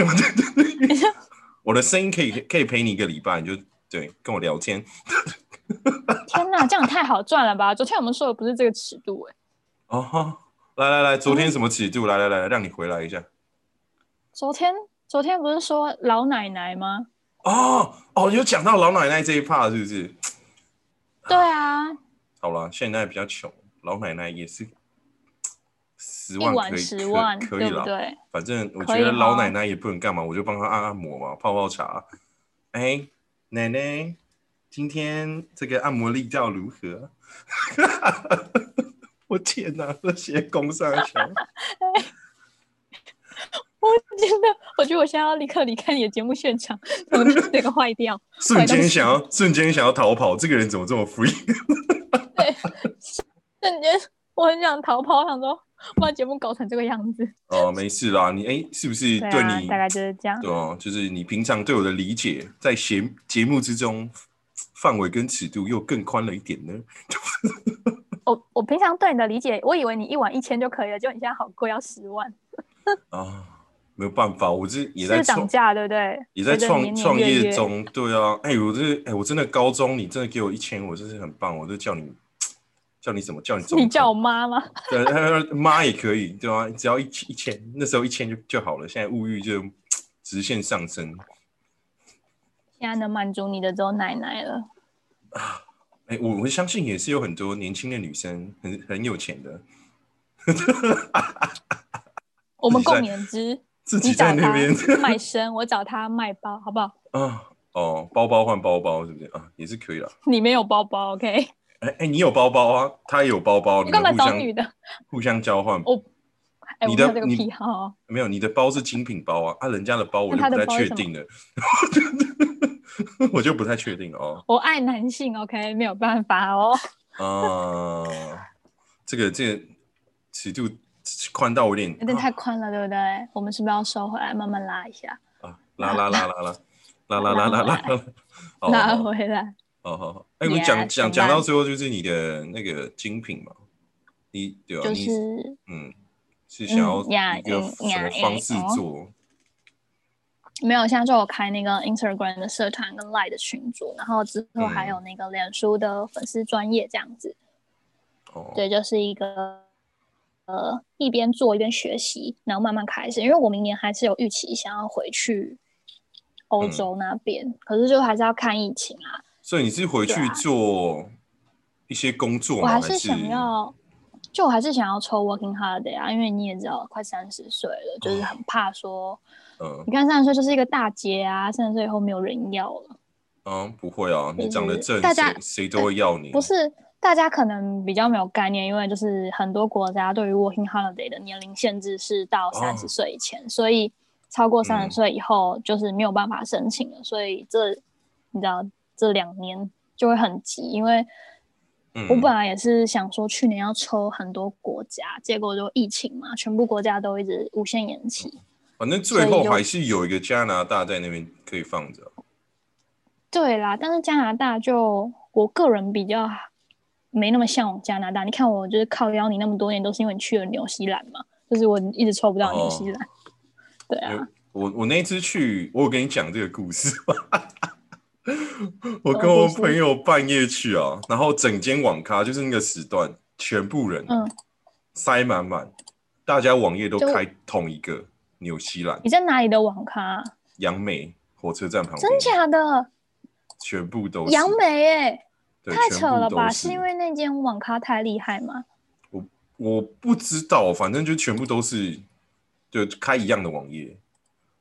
A: 我的声音可以可以陪你一个礼拜，你就对跟我聊天
B: 天哪，这样太好赚了吧？昨天我们说的不是这个尺度哎、
A: 哦。好来来来，昨天什么尺度？来来来，让你回来一下。
B: 昨天昨天不是说老奶奶吗？
A: 哦哦，有讲到老奶奶这一 part 是不是？
B: 对啊，
A: 好了，现在比较穷，老奶奶也是十
B: 一
A: 万
B: 晚
A: 可以
B: 十万，
A: 可可以
B: 对不
A: 了。
B: 对？
A: 反正我觉
B: 可以
A: 得老
B: 吗
A: 奶奶也不能干嘛，我就帮她按按摩嘛，泡泡茶。哎、奶奶，今天这个按摩力道如何？ 我天哪，这些工伤 小。
B: 我觉得，我觉得我现在要立刻离开你的节目现场，我的那个坏掉，
A: 瞬间想要瞬间想要逃跑，这个人怎么这么 free？
B: 瞬间我很想逃跑，我想说把节目搞成这个样子。
A: 哦，没事啦，你哎、是不是对
B: 啊
A: 你，
B: 大概就是这样。
A: 对哦、就是你平常对我的理解，在节节目之中范围跟尺度又更宽了一点呢？
B: 我我平常对你的理解，我以为你一晚一千就可以了，结果你现在好贵，要十万，
A: 啊，没有办法，我这也
B: 是
A: 在
B: 不是
A: 创
B: 涨价，对不对？
A: 也在
B: 随着
A: 创
B: 年年
A: 创
B: 月
A: 业
B: 月。
A: 中，对啊，哎、我这哎、我真的高中，你真的给我一千，我真是很棒，我就叫你叫你什么叫你总
B: 你叫我
A: 统
B: 妈吗？
A: 对呃妈也可以，对啊，只要一一千，那时候一千就就好了，现在物欲就。直线上升。
B: 现在能满足你的只有奶奶了。
A: 哎、我我相信也是有很多年轻的女生很很有钱的，
B: 我们
A: 自己在
B: 共勉之，
A: 自己
B: 你找
A: 在那
B: 他
A: 边
B: 卖身，我找他卖包，好不好？
A: 啊哦，包包换包包是不是啊？也是可以啦。
B: 你没有包包，OK？
A: 哎、哎、你有包包啊，他也有包包，
B: 我
A: 你
B: 干嘛
A: 们互
B: 找
A: 相
B: 女的？
A: 互相交换。
B: 我哎，我
A: 你
B: 没
A: 的
B: 有这个
A: 你
B: 癖好哦。
A: 没有，你的包是精品包啊，啊，人家的包我就
B: 那他
A: 不太
B: 的包是
A: 确
B: 什么
A: 定了， 我就不太确定了哦。
B: 我爱男性，OK？没有 办法哦。
A: 啊、这个这个尺度宽到有点
B: 有点太宽了，对不对？我们是不是要收回来，慢慢拉一下，
A: 啊，拉拉拉拉拉拉拉拉拉拉拉，好
B: 拉
A: 好
B: 回来？
A: 好好好，哎，我们讲
B: Yes，
A: 讲
B: 很
A: 讲
B: 烂
A: 到最后就是你的那个精品嘛，你对吧？
B: 就
A: 你
B: 是
A: 嗯，是想要
B: 嗯呀
A: 一个
B: 嗯
A: 什么
B: 呀
A: 方式
B: 嗯哦
A: 做？
B: 没有，现在就有开那个 Instagram 的社团跟 Line 的群组，然后之后还有
A: 嗯
B: 那个脸书的粉丝专业这样子。
A: 哦，
B: 对，就是一个呃一边做一边学习，然后慢慢开始。因为我明年还是有预期想要回去欧
A: 嗯
B: 洲那边，可是就还是要看疫情啊。
A: 所以你是回去
B: 对啊
A: 做一些工作
B: 我
A: 吗？
B: 还
A: 还
B: 是想要，就我还是想要抽 working holiday 啊，因为你也知道，快三十岁了，就是很怕说，
A: 嗯
B: 你看三十岁就是一个大劫啊，三十岁以后没有人要了，
A: 嗯，不会啊，你
B: 就
A: 长得
B: 是
A: 正，
B: 大
A: 谁
B: 家
A: 谁都会要你。
B: 不是。大家可能比较没有概念，因为就是很多国家对于 working holiday 的年龄限制是到三十岁以前，所以超过
A: 嗯
B: 三十岁以后就是没有办法申请了。所以这你知道这两年就会很急，因为
A: 嗯，
B: 我本来也是想说去年要抽很多国家，结果就疫情嘛，全部国家都一直无限延期。
A: 反正
B: 所
A: 最
B: 以
A: 后
B: 就
A: 还是有一个加拿大在那边可以放着。
B: 对啦，但是加拿大就我个人比较没那么向往加拿大。你看我就是靠邀你那么多年，都是因为你去了纽西兰嘛，就是我一直抽不到纽西兰。对啊，
A: 哦有我我那一次去，我有跟你讲这个故事吗？ 我
B: 什么
A: 跟我
B: 故事
A: 朋友半夜去啊，然后整间网咖就是那个时段，全部人
B: 嗯
A: 塞满满，大家网页都
B: 就
A: 开同一个纽西兰
B: 你在哪里的网咖？啊
A: 杨梅火车站旁边
B: 真，假的？
A: 全部都是
B: 杨梅哎、
A: 对
B: 太
A: 全
B: 扯
A: 部
B: 了
A: 都
B: 吧？
A: 是
B: 是因为那间网咖太厉害吗？
A: 我不知道，反正就全部都是就开一样的网页，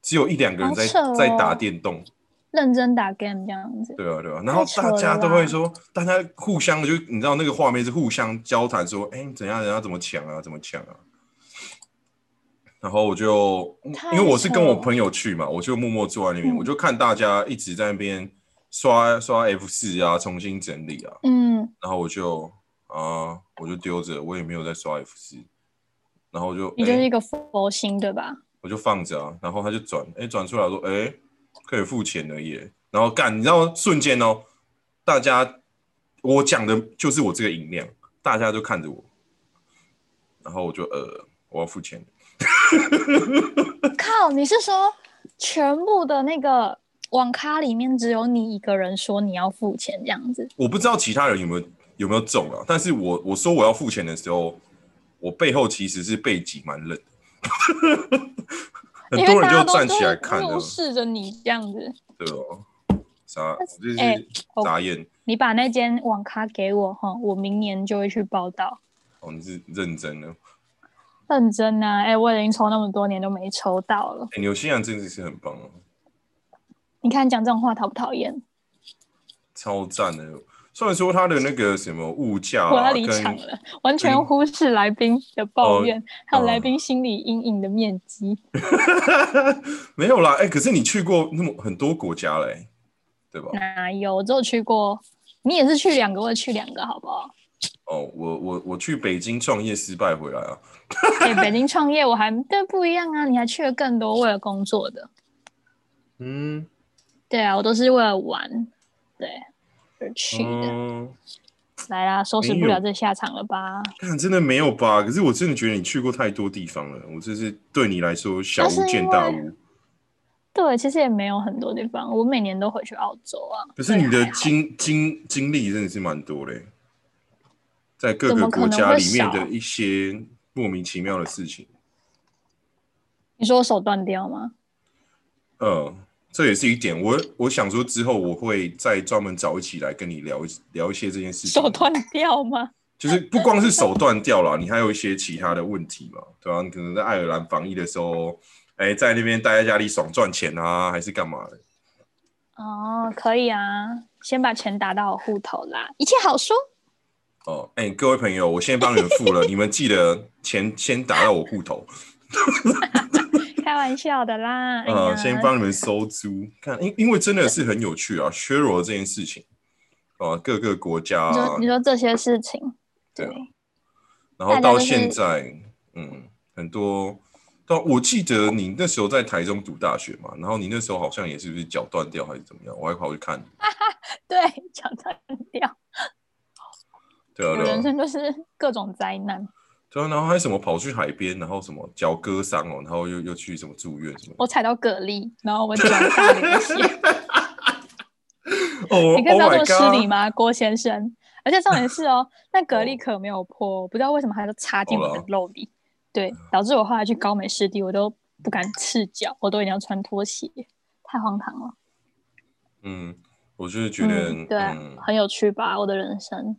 A: 只有一两个人
B: 好
A: 在、
B: 扯哦
A: 在打电动。
B: 认真打 game 这样子。
A: 对啊，对啊，然后
B: 扯
A: 大家
B: 了
A: 都会
B: 啦
A: 说，大家互相就你知道那个画面是互相交谈，说，哎，怎样，人家怎么抢啊，怎么抢啊。然后我就嗯
B: 太
A: 因为我是跟我
B: 扯了
A: 朋友去嘛，我就默默坐在那边，
B: 嗯
A: 我就看大家一直在那边刷刷 F 四啊，重新整理啊，
B: 嗯，
A: 然后我就啊、我就丢着，我也没有在刷 F 四，然后我就哎
B: 你就是
A: 诶
B: 一个佛心对吧？
A: 我就放着啊，然后他就转，哎，转出来说，哎，可以付钱了耶。然后干，你知道瞬间哦，大家我讲的就是我这个音量，大家都看着我，然后我就呃，我要付钱。
B: 靠，你是说全部的那个网咖里面只有你一个人说你要付钱这样子？
A: 我不知道其他人有没有有没有中啊，但是我我说我要付钱的时候，我背后其实是被挤满冷的，很
B: 因
A: 多
B: 为
A: 人
B: 大家
A: 就
B: 都
A: 站起来看
B: 就是
A: 了
B: 注，视着你这样子。
A: 对哦，傻，我就
B: 哎
A: 是
B: 我
A: 傻眼。
B: 你把那间网咖给我哈，我明年就会去报道。
A: 哦，你是认真的。
B: 认真啊，哎、我已经抽那么多年都没抽到了。
A: 哎、纽西兰真的是很棒哦、
B: 你看讲这种话讨不讨厌？
A: 超赞的。虽然说它的那个什么物价、
B: 我要
A: 啊、
B: 离场
A: 跟
B: 了，完全
A: 跟
B: 忽视来宾的抱
A: 哦
B: 怨，还有
A: 哦
B: 来宾心理阴影的面积。
A: 没有啦，哎、可是你去过那么很多国家嘞、对吧？
B: 哪有？我只有去过，你也是去两个，我也去两个，好不好？
A: 哦，我我我去北京创业失败回来啊，
B: 哎、北京创业我还对不一样啊，你还去了更多为了工作的。
A: 嗯
B: 对啊，我都是为了玩，对而 去的。
A: 嗯，
B: 来啦，收拾
A: 没
B: 不
A: 有
B: 了这下场了吧？
A: 看真的没有吧？可是我真的觉得你去过太多地方了，我这是对你来说小
B: 那是
A: 巫见大巫。
B: 对，其实也没有很多地方，我每年都回去澳洲啊。
A: 可是你
B: 所以
A: 的
B: 还好
A: 经经经历真的是蛮多嘞、在各
B: 怎
A: 个
B: 么可
A: 国
B: 能
A: 家
B: 会
A: 里面
B: 少啊
A: 的一些莫名其妙的事情。
B: 你说我手断掉吗？
A: 嗯，这也是一点。我我想说之后我会再专门找一起来跟你聊一聊一些这件事情。
B: 手断掉吗？
A: 就是不光是手断掉了，你还有一些其他的问题嘛，对啊，你可能在爱尔兰防疫的时候，哎、在那边待在家里爽赚钱啊，还是干嘛的？
B: 哦，可以啊，先把钱打到我户头啦，一切好说。
A: 哦，哎、各位朋友，我先帮你们付了，你们记得钱先打到我户头，
B: 开玩笑的啦，哎
A: 呃，
B: 呀
A: 先帮你们收租。看，因因为真的是很有趣啊，削弱这件事情，啊，各个国家
B: 你
A: 啊，
B: 说你说这些事情，
A: 对啊
B: 对
A: 然后
B: 大家
A: 到
B: 就是
A: 现在，嗯，很多。到我记得你那时候在台中读大学嘛，然后你那时候好像也是不是脚断掉还是怎么样？我还跑去看，
B: 对，讲断掉，
A: 对啊
B: 我
A: 对啊
B: 人生就是各种灾难。
A: 对啊，然后还什么跑去海边，然后什么脚割伤哦，然后又又去什么住院什么的。
B: 我踩到蛤蜊，然后我脚上流血，
A: 哦
B: 你可以不要这么失礼
A: god！
B: 吗，郭先生？而且重点是哦，那蛤蜊壳没有破，不知道为什么它都插进我
A: 好
B: 的
A: 了
B: 肉里，对，导致我后来去高美湿地，我都不敢赤脚，我都一定要穿拖鞋，太荒唐了。
A: 嗯，我就是觉得，
B: 嗯、对啊、
A: 嗯，
B: 很有趣吧？我的人生，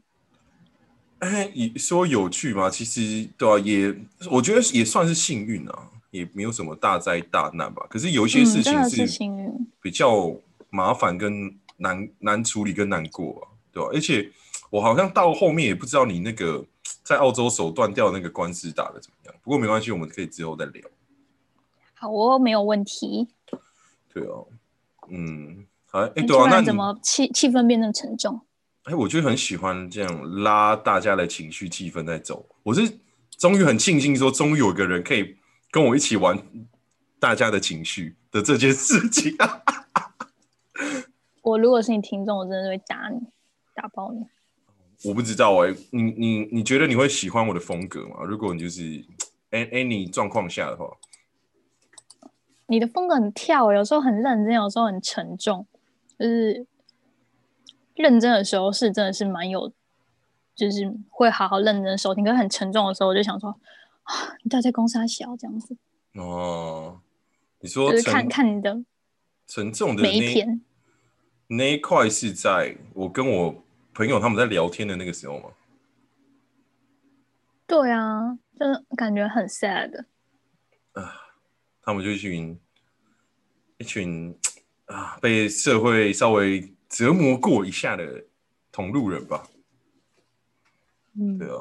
A: 哎、你说有趣吗？其实对啊，也我觉得也算是幸运啊，也没有什么大灾大难吧。可是有一些事
B: 嗯、真
A: 情
B: 的是幸运。
A: 比较麻烦跟难难处理跟难过啊，对吧、而且我好像到后面也不知道你那个在澳洲手断掉的那个官司打的怎么样。不过没关系，我们可以之后再聊。
B: 好，我没有问题。
A: 对啊，嗯，好，哎、
B: 你
A: 对
B: 突
A: 啊，那
B: 然
A: 你
B: 怎么气气氛变得沉重？
A: 哎、我就很喜欢这样拉大家的情绪气氛在走。我是终于很庆幸说，终于有个人可以跟我一起玩大家的情绪的这件事情、啊。
B: 我如果是你听众，我真的会打你，打爆你。
A: 我不知道哎、你你你觉得你会喜欢我的风格吗？如果你就是哎哎你状况下的话，
B: 你的风格很跳欸，有时候很认真，有时候很沉重，就是认真的时候是真的是蛮有，就是会好好认真地收听，可是很沉重的时候，我就想说啊，你到底在公司还小这样子，
A: 哦，你说
B: 就是看
A: 沉
B: 看你的
A: 沉重的
B: 每一
A: 那
B: 篇，
A: 那一块是在我跟我朋友他们在聊天的那个时候吗？
B: 对啊，就是感觉很 sad。
A: 他们就一群一群啊被社会稍微折磨过一下的同路人吧，
B: 嗯
A: 对，啊，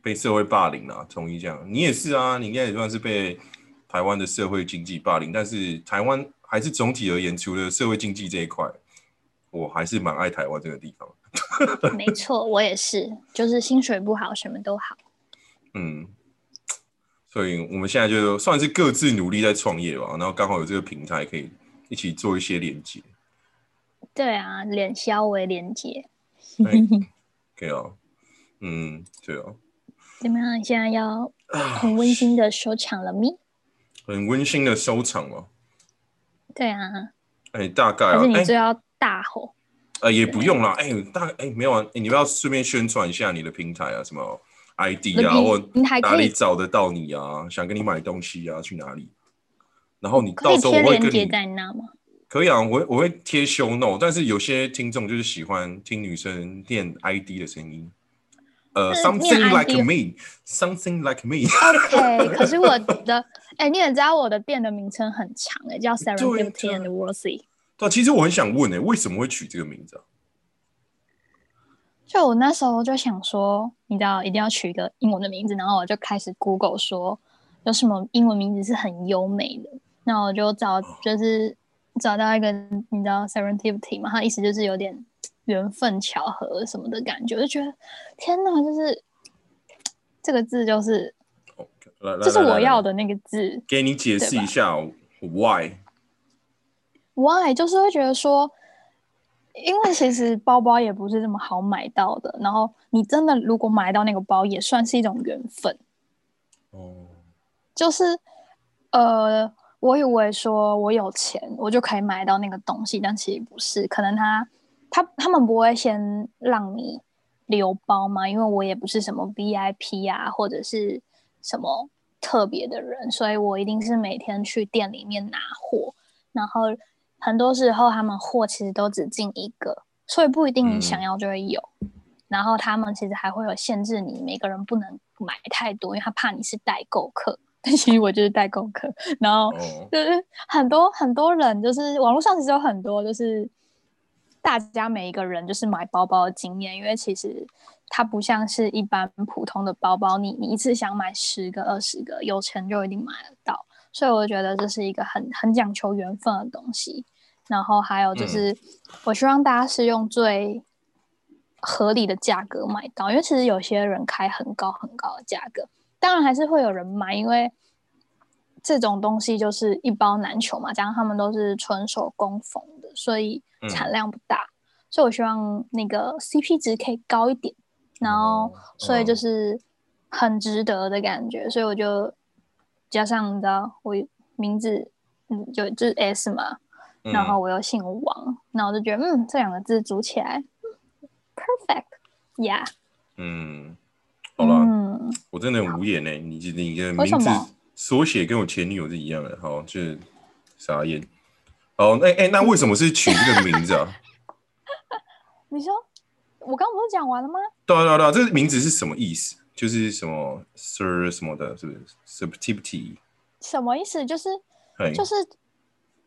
A: 被社会霸凌啊，同意这样，你也是啊，你应该也算是被台湾的社会经济霸凌，但是台湾还是总体而言，除了社会经济这一块，我还是蛮爱台湾这个地方，
B: 没错，我也是，就是薪水不好，什么都好。
A: 嗯。所以我们现在就算是各自努力在创业吧，然后刚好有这个平台可以一起做一些连接。
B: 对啊，脸消为连结。
A: 哎对啊，嗯，对啊，
B: 怎么样？现在要很温馨的收场了咪？
A: 很温馨的收场嘛。
B: 对啊，
A: 哎、大概
B: 还
A: 啊
B: 是，你
A: 哎、
B: 最要大吼？
A: 呃，也不用啦，哎、大概哎、没有啊，哎你们要顺便宣传一下你的平台啊，什么 ID 啊，或
B: 你还
A: 哪
B: 可
A: 里
B: 以
A: 找得到你啊，想跟你买东西啊，去哪里？然后你
B: 可
A: 到
B: 以
A: 时候
B: 贴
A: 我会
B: 链
A: 跟
B: 接
A: 你，
B: 在那吗？
A: 可以啊，我会我会贴 show no，但是有些听众就是喜欢听女生念 ID 的声音，呃
B: 嗯
A: ，something
B: 念
A: like
B: ID
A: me，something like me，
B: OK，可哎是我的哎、你也知道我的店的名称很长哎、叫
A: 对
B: Serendipity
A: 对
B: and Worthy。
A: 对啊，其实我很想问哎、为什么会取这个名字啊？
B: 就我那时候就想说，你知道一定要取一个英文的名字，然后我就开始 Google 说有什么英文名字是很优美的，那我就
A: 哦
B: 找就是找到一个你知道 serendipity 嘛，它意思就是有点缘分、巧合什么的感觉，我就觉得天哪，就是这个字就是
A: 哦来来，
B: 这是
A: 来
B: 我要，
A: 来来
B: 的那个字，
A: 给你解释一下哦 why。
B: why 就是会觉得说，因为其实包包也不是这么好买到的，然后你真的如果买到那个包，也算是一种缘分。
A: 哦，
B: 就是呃，我以为说我有钱，我就可以买到那个东西，但其实不是，可能他他他们不会先让你留包嘛，因为我也不是什么 VIP 啊，或者是什么特别的人，所以我一定是每天去店里面拿货。然后很多时候他们货其实都只进一个，所以不一定
A: 嗯
B: 你想要就会有。然后他们其实还会有限制你，每个人不能买太多，因为他怕你是代购客。但其实我就是代购客，然后
A: 哦，
B: 就是很多很多人，就是网络上其实有很多，就是大家每一个人就是买包包的经验，因为其实它不像是一般普通的包包，你你一次想买十个、二十个，有钱就一定买得到。所以我觉得这是一个很很讲求缘分的东西。然后还有就是，我希望大家是用最合理的价格买到，因为其实有些人开很高很高的价格，当然还是会有人买，因为这种东西就是一包难求嘛，加上他们都是纯手工缝的，所以
A: 嗯
B: 产量不大，所以我希望那个 CP 值可以高一点，然后所以就
A: 嗯
B: 是很值得的感觉，所以我就加上你知道我名字嗯有就是 S 嘛，
A: 嗯
B: 然后我又姓王，那我就觉得嗯这两个字组起来嗯，perfect，yeah，
A: 嗯，好了，
B: 嗯，
A: 我真的很无言呢、你你你的
B: 为什
A: 名字
B: 么
A: 缩写跟我前女友是一样的，好，就是傻眼。哦，那哎、那为什么是取这个名字啊？
B: 你说我刚不是讲完了吗？
A: 对啊对啊对啊，这个名字是什么意思？就是什么 Sir 什么的，是不是哎 s u b t i v i t y
B: 什么意思？就是
A: 嘿，
B: 就是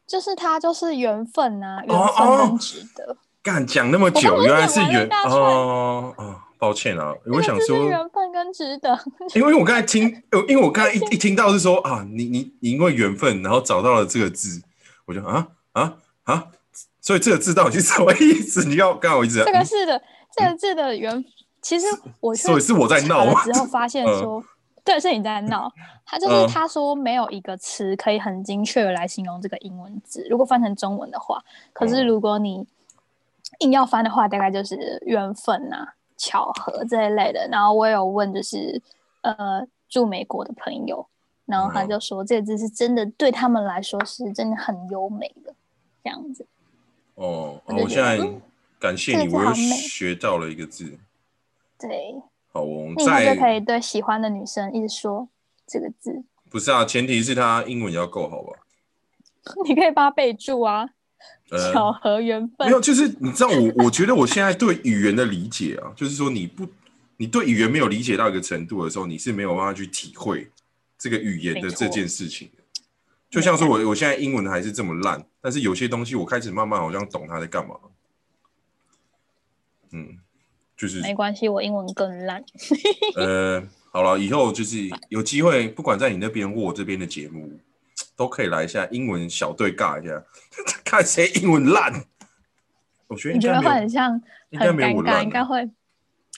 B: 就是他就是缘分呐、
A: 嗯哦
B: 缘分跟值得，
A: 干讲那么
B: 我刚
A: 久，
B: 刚
A: 原来是
B: 讲完了
A: 原
B: 大串
A: 哦哦，抱歉啊，我想
B: 这就是
A: 说，呃
B: 缘分跟值得，
A: 因为我刚才听，呃因为我刚才一一听到是说啊，你你你因为缘分，然后找到了这个字，我就啊啊啊，所以这个字到底是什么意思？你要刚才我一直在
B: 这个字的这个字的缘，其实我去
A: 嗯所以是我在闹
B: 查了
A: 吗
B: 之后发现
A: 嗯
B: 说，对，是你在闹。他就
A: 嗯
B: 是他说没有一个词可以很精确的来形容这个英文字，如果翻成中文的话，可是
A: 嗯
B: 如果你硬要翻的话，大概就是缘分啊、巧合这一类的。然后我有问，就是呃住美国的朋友，然后他
A: 嗯
B: 就说这个字是真的对他们来说是真的很优美的这样子。
A: 哦，
B: 我
A: 好
B: 就
A: 我
B: 觉
A: 现在
B: 得嗯
A: 感谢你，
B: 这个字
A: 我又
B: 好美
A: 学到了一个字。
B: 对，
A: 好，我们
B: 那以后
A: 再
B: 就可以对喜欢的女生一直说这个字，
A: 不是啊，前提是他英文要够好吧？
B: 你可以帮她备注啊，
A: 呃，
B: 巧合缘
A: 没
B: 分
A: 有，。就是你知道我，我觉得我现在对语言的理解啊，就是说你不，你对语言没有理解到一个程度的时候，你是没有办法去体会这个语言的
B: 没错
A: 这件事情的。就像说我我现在英文还是这么烂，但是有些东西我开始慢慢好像懂他在干嘛。嗯，就是
B: 没关系，我英文更烂。
A: 呃，好了，以后就是有机会，不管在你那边或我这边的节目，都可以来一下英文小对尬一下， 看谁英文烂。我觉得
B: 你
A: 应
B: 觉得
A: 该
B: 会
A: 没
B: 很
A: 有，
B: 像
A: 应
B: 很
A: 该没有
B: 尴
A: 我
B: 尬，
A: 烂
B: 应
A: 啊、
B: 该会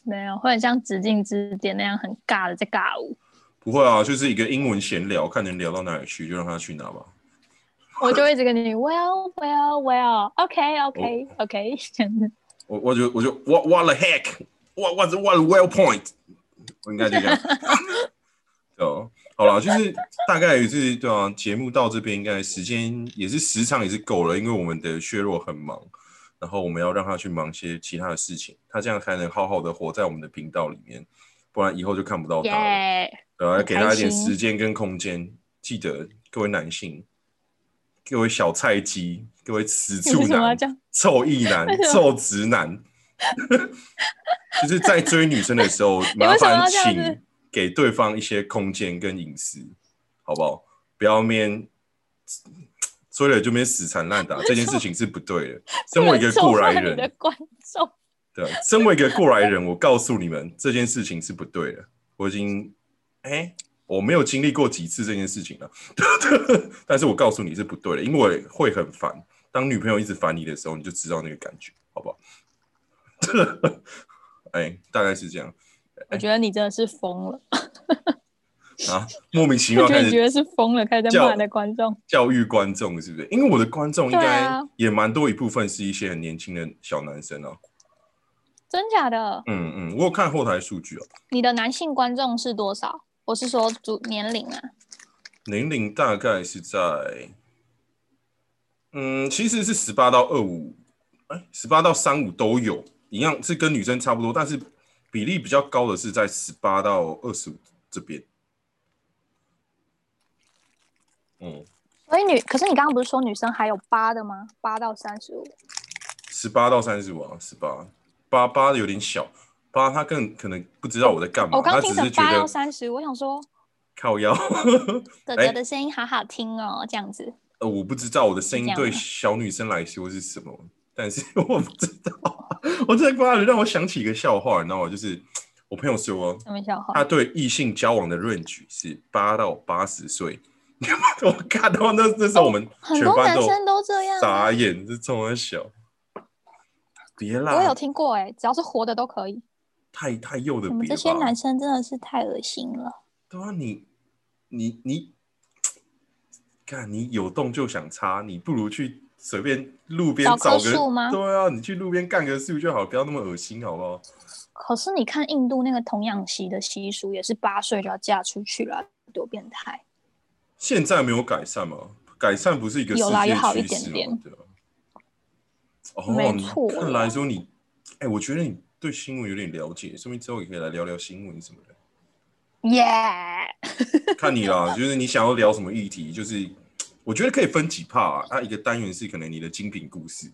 B: 没有，会很像指定指点那样很尬的在尬舞。
A: 不会啊，就是一个英文闲聊，看能聊到哪里去，就让他去哪吧。
B: 我就一直跟你 well well well，OK
A: 哦
B: OK OK，这 样子。
A: 我我就我就 what what the heck what what what well point，我应该就 这样。哦，好了，就是大概也是对啊，节目到这边应该时间也是时长也是够了，因为我们的削弱很忙，然后我们要让他去忙些其他的事情，他这样才能好好的活在我们的频道里面，不然以后就看不到他了。
B: 耶，
A: 对啊，要
B: 很
A: 给他一点
B: 开心
A: 时间跟空间。记得各位男性，各位小菜鸡，各位此
B: 你为
A: 处
B: 什么要
A: 男
B: 这，样？
A: 臭意男
B: 为，什
A: 臭直男， 就是在追女生的时候，
B: 你
A: 麻
B: 为什么
A: 烦
B: 要这样子
A: 请给对方一些空间跟隐私，好不好？不要面追了就面死缠烂 打，这件事情是不对的。身为一个过来
B: 你的
A: 人，哎
B: 观众，
A: 对，啊身为一个过来人，我告诉你们，这件事情是不对的。我已经，哎、我没有经历过几次这件事情了， 但是我告诉你是不对的，因为会很烦。当女朋友一直烦你的时候，你就知道那个感觉，好不 好？哎、大概是这样
B: 我觉得你真的是疯了，
A: 啊，莫名其
B: 我
A: 妙
B: 觉
A: 开
B: 得你
A: 始
B: 觉得是疯了，开始在
A: 叫
B: 骂你的观众。
A: 教育观众，是不是？因为我的观众应
B: 对
A: 该
B: 啊
A: 也蛮多一部分是一些很年轻的小男生啊。
B: 真假的？
A: 嗯嗯，我有看后台数据啊，
B: 你的男性观众是多少？我是说主年龄啊，
A: 年龄大概是在，嗯，其实是十八到二五，哎，十八到三五都有，一样是跟女生差不多，但是比例比较高的是在十八到二十五这边。嗯，
B: 所以女，可是你刚刚不是说女生还有八的吗？八到三十五，
A: 十八到三十五啊，十八八八有点小，八他更可能不知道我在干嘛，
B: 哦我刚
A: 啊他
B: 听
A: 只
B: 成
A: 是觉
B: 八到
A: 得哎
B: 三十，我想说
A: 靠腰。
B: 哥
A: 哎
B: 哥的声音好好听哦，这样子。
A: 呃，我不知道我的声音
B: 是这
A: 对
B: 样吗
A: 小女生来说是什么，但是我不知道， 我这瓜让我想起一个笑话，你知道吗？就是我朋友说，
B: 什么笑话？
A: 他对异性交往的 range 是八到八十岁。 我看到那那时候我们
B: 哦很
A: 全
B: 多
A: 班
B: 男
A: 都
B: 生都这样啊、
A: 傻眼，这冲他小，别
B: 我有
A: 啦，
B: 听过哎、只要是活的都可以。
A: 太太幼的
B: 你们
A: 别
B: 这些
A: 吧
B: 男。生真的是太恶心了。
A: 对啊，你你你，看你有动就想插，你不如去随便路边
B: 找棵
A: 找个
B: 树吗
A: 对啊，你去路边干个树就好，不要那么恶心，好不好？
B: 可是你看印度那个童养媳的习俗，也是八岁就要嫁出去了，多变态！
A: 现在没有改善吗？改善不是一个世
B: 有啦
A: 界
B: 有好一
A: 趋势
B: 点点
A: 吗？对啊。哦，
B: 没
A: 你
B: 错
A: 看来说你，哎，我觉得你对新闻有点了解，说明之后也可以来聊聊新闻什么的。
B: 耶、
A: 看你啦， 就是你想要聊什么议题，就是我觉得可以分几 part 啊。它一个单元是可能你的精品故事，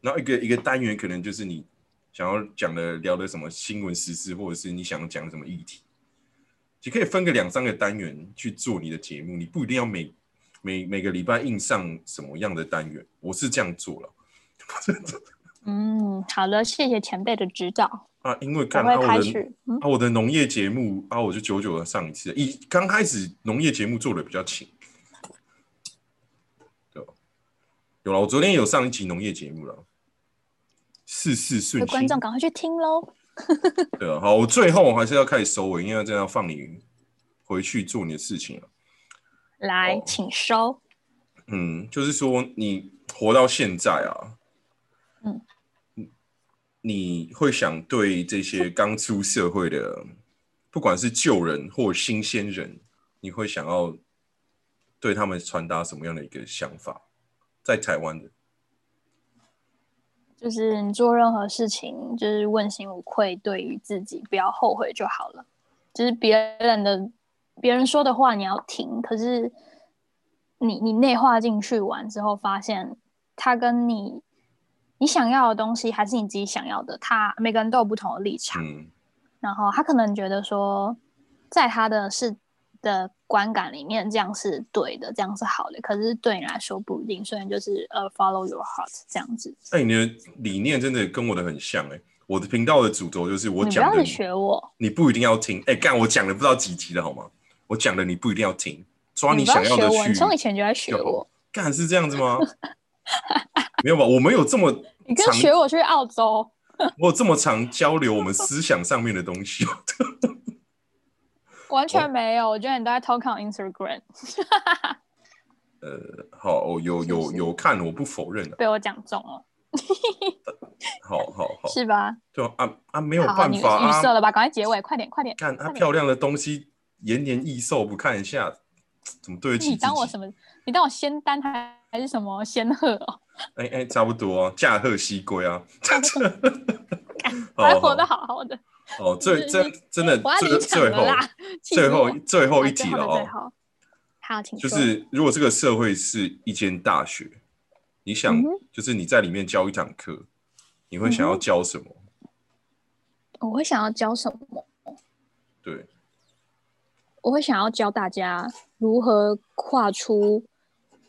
A: 然后一个一个单元可能就是你想要讲的聊的什么新闻时事，或者是你想讲什么议题，就可以分个两三个单元去做你的节目。你不一定要每每每个礼拜硬上什么样的单元，我是这样做了
B: 嗯，好了，谢谢前辈的指导，
A: 啊，因为
B: 我
A: 看
B: 会
A: 到我
B: 开
A: 的。
B: 始。嗯，
A: 啊，我的农业节目啊，我就久久的上一次，一刚开始农业节目做的比较勤，对吧？有了，我昨天有上一集农业节目了，事事顺
B: 各位
A: 心
B: 观。众赶快去听喽。
A: 对啊，好，我最后我还是要开始收尾，因为这样要放你回去做你的事情啊了。
B: 来，
A: 哦
B: 请收。
A: 嗯，就是说你活到现在啊，
B: 嗯
A: 你，你会想对这些刚出社会的，不管是旧人或新鲜人，你会想要对他们传达什么样的一个想法？在台湾的，
B: 就是你做任何事情，就是问心无愧，对于自己不要后悔就好了。就是别人的别人说的话你要听，可是你你内化进去完之后，发现他跟你你想要的东西，还是你自己想要的，他每个人都有不同的立场。
A: 嗯
B: 然后他可能觉得说，在他的是的观感里面，这样是对的，这样是好的，可是对你来说不一定，所以你就是呃、follow your heart 这样子。
A: 哎、你的理念真的跟我的很像哎、我的频道的主轴就是我
B: 你不
A: 讲
B: 要
A: 的
B: 去，学我，
A: 你不一定要听。哎、干，我讲的不知道几集了好吗？我讲的你不一定要听，抓
B: 你不
A: 想
B: 学
A: 的
B: 我，
A: 去。
B: 你从以前就在学
A: 就好
B: 我，
A: 干是这样子吗？ 没有吧，我们有这么
B: 你跟
A: 长
B: 学我去澳洲，
A: 我有这么常交流我们思想上面的东西。
B: 完
A: 哦
B: 全没有。我觉得你都在偷看我 Instagram，
A: 好，我有有
B: 是
A: 有看，我不否认啊。
B: 被我讲中了，
A: 好好好，
B: 是吧？
A: 对啊啊啊，没有
B: 好好，
A: 办
B: 你预
A: 法
B: 预设
A: 啊，
B: 了吧？赶快结尾，快点，快点！
A: 看啊
B: 快点
A: 漂亮的东西延年益寿，不看一下怎么对得起
B: 你
A: 自
B: 当我什
A: 己？
B: 么？你当我仙丹还还是什么仙 鹤哦？
A: 哎哎，差不多啊，驾鹤西归啊。
B: 我还活得好好的，
A: 哦，最最真的
B: 我要
A: 最呃
B: 离场
A: 最
B: 了
A: 后
B: 啦！气死
A: 最后
B: 我
A: 最后一
B: 啊最
A: 题
B: 后
A: 了
B: 的
A: 哦
B: 最。后好，请
A: 就
B: 说
A: 是如果这个社会是一间大学，你想
B: 嗯哼
A: 就是你在里面教一堂课，你会想要
B: 嗯哼
A: 教什么？
B: 我会想要教什么？
A: 对，
B: 我会想要教大家如何跨出，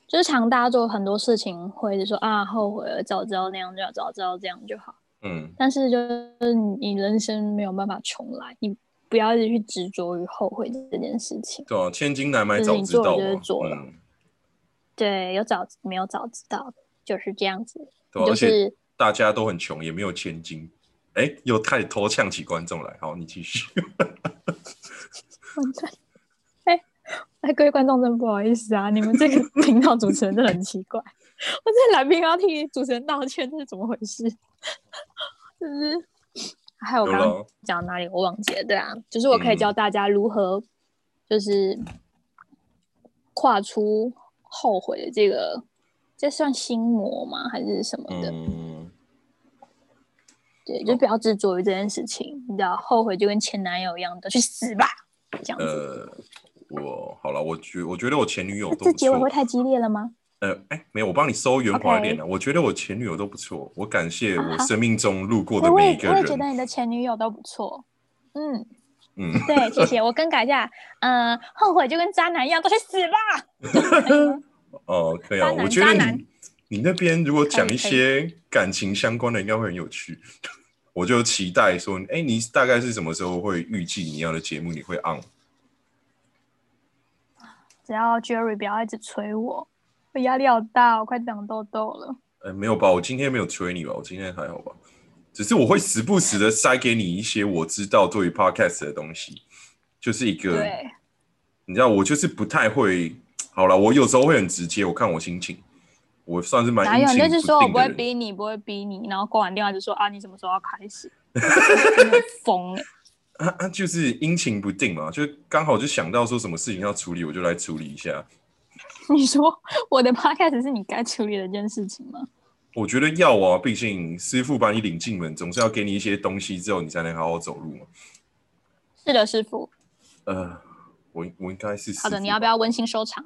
B: 就是常大家做很多事情会说啊后悔了，早知道那样就好，早知道这样就好。
A: 嗯
B: 但是就是你人生没有办法重来，你不要一直去执着于后悔这件事情。
A: 对啊，千金难买
B: 就是
A: 早
B: 你
A: 知道
B: 做了
A: 嘛
B: 就是，做了
A: 嗯，
B: 对，有早没有早知道就是这样子，
A: 对啊、
B: 就
A: 而且
B: 是
A: 大家都很穷，也没有千金。哎，又开始偷呛起观众来。好，你 继续。
B: 哎，各位观众，真不好意思啊，你们这个 频道主持人真的很奇怪，我这来宾要替主持人道歉，这是怎么回事？ 就是，还有我
A: 有
B: 刚刚
A: 了，
B: 讲哪里我忘记了，对啊，就是我可以
A: 嗯
B: 教大家如何，就是跨出后悔的这个，这算心魔吗？还是什么的？
A: 嗯，
B: 对，就不要执着于这件事情，你知道，后悔就跟前男友一样的，去死吧，这样子。
A: 呃，我好了，我觉我觉得我前女友都
B: 这
A: 不
B: 结尾会
A: 错。
B: 太激烈了吗？
A: 呃，哎，没有，我帮你收圆滑一点的。我觉得我前女友都不错，我感谢我生命中路过的
B: 我
A: 每一
B: 也
A: 个
B: 我也觉
A: 人
B: 得。你的前女友都不错。嗯，
A: 嗯，
B: 对，谢谢，我更改一下。嗯、后悔就跟渣男一样，都去死吧！
A: 哦，可以啊。
B: 渣男
A: 我觉得
B: 渣男
A: 你你那边如果讲
B: 可以
A: 一些感情相关的，应该会很有趣。 我就期待说，哎，你大概是什么时候会预计你要的节目你会 on？
B: 只要 Jerry 不要一直催我，我压力好大，我快长痘痘了。
A: 呃，没有吧？我今天没有催你吧？我今天还好吧？只是我会时不时的塞给你一些我知道对于 podcast 的东西，就是一个
B: 对，
A: 你知道，我就是不太会。好了，我有时候会很直接，我看我心情，我算是蛮
B: 哪
A: 阴
B: 有？
A: 晴
B: 你就是说我
A: 定
B: 不
A: 的
B: 会
A: 人。
B: 逼你，不会逼你，然后挂完电话就说啊，你什么时候要 开始？真的疯欸
A: 啊啊，就是阴晴不定嘛，就刚好就想到说什么事情要处理，我就来处理一下。
B: 你说我的 podcast 是你该处理的一件事情吗？
A: 我觉得要啊，毕竟师傅把你领进门，总是要给你一些东西之后，你才能好好走路嘛。
B: 是的，师傅。
A: 呃，我我应该是
B: 好的，
A: 师
B: 你
A: 傅
B: 要不
A: 吧
B: 要温馨收场？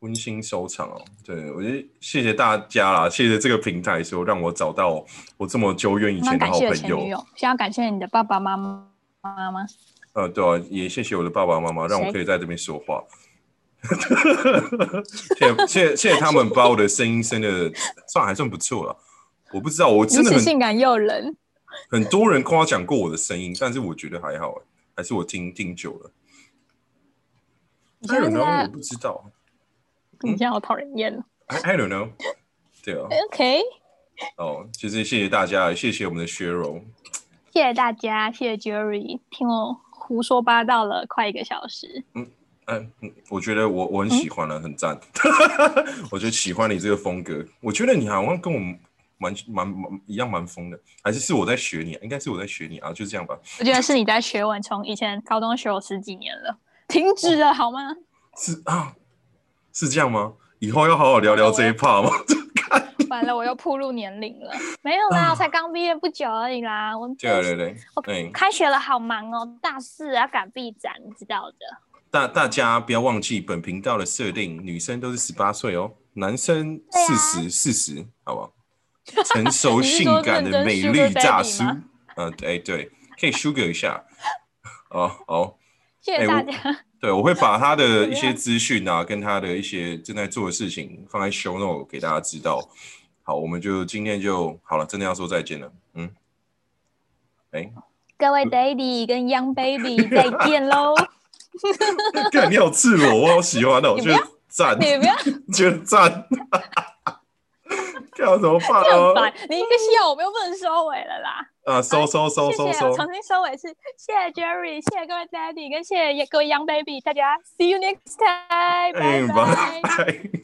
A: 温馨收场哦。对，我觉得谢谢大家啦，谢谢这个平台说让我找到我这么久远以
B: 那
A: 前的
B: 感
A: 好
B: 谢
A: 朋
B: 前女
A: 友。
B: 友，先要感谢你的爸爸妈妈妈妈。
A: 呃，对啊，也谢谢我的爸爸妈妈，让我可以在这边说话。谢谢谢谢谢谢他们把我的声音生的算还算不错了。我不知道，我
B: 如
A: 真的
B: 此
A: 很
B: 性感诱人，
A: 很多人夸奖过我的声音，但是我觉得还好欸，还是我听听久了。
B: 你现
A: I
B: 在
A: don't
B: 是
A: know，我
B: 在，
A: 不知道。嗯
B: 你现在好讨人厌哦。
A: I I don't know。对啊，
B: OK，
A: 哦，就是谢谢大家，谢谢我们的薛柔。
B: 谢谢大家，谢谢 Jerry，听我胡说八道了快一个小时。
A: 嗯，嗯我觉得我我很喜欢了，啊很赞。 我觉得喜欢你这个风格，我觉得你好像跟我们蛮蛮蛮一样，蛮疯的。还是是我在学你啊，应该是我在学你啊，就这样吧。
B: 我觉得是你在学我，从以前高中学我十几年了，停止了好吗？
A: 是啊，是这样吗？以后要好好聊聊这一 part 吗？
B: 完了，我又暴露年龄了。没有啦，
A: 啊
B: 我才刚毕业不久而已啦。我
A: 对啊对对，
B: 我
A: 对嗯，
B: 开学了，好忙哦，大四要赶毕展，你知道的。
A: 大大家不要忘记本频道的设定，女生都是十八岁哦，男生
B: 对啊
A: 四十四十，好不好？成熟
B: 你是
A: 性
B: 说
A: 感的
B: 认真
A: 美
B: sugar
A: 丽大
B: daddy
A: 叔
B: 吗。
A: 嗯，对对，可以 sugar 一下。 哦哦。
B: 谢谢
A: 哎
B: 大
A: 我
B: 家。
A: 对，我会把他的
B: 么
A: 一些
B: 样
A: 资讯啊，跟他的一些正在做的事情放在 show note 给大家知道。好，我们就今天就好了，真的要说再见了。嗯，哎、
B: 各位 Daddy 跟 Young Baby 再见喽！
A: 干你好赤裸，我好喜欢哦，我
B: 你
A: 觉
B: 不要
A: 得赞，
B: 你不要
A: 觉得赞， 看我怎么办
B: 这么
A: 哦？
B: 烦，你一个笑我们又不能收尾了啦。
A: 啊，收收收
B: 谢谢
A: 收
B: 啊，
A: 收，
B: 重新收尾是谢谢 Jerry，谢谢各位 Daddy，跟谢谢各位 Young Baby，大家 See you next time，
A: 哎
B: 拜拜。
A: 拜。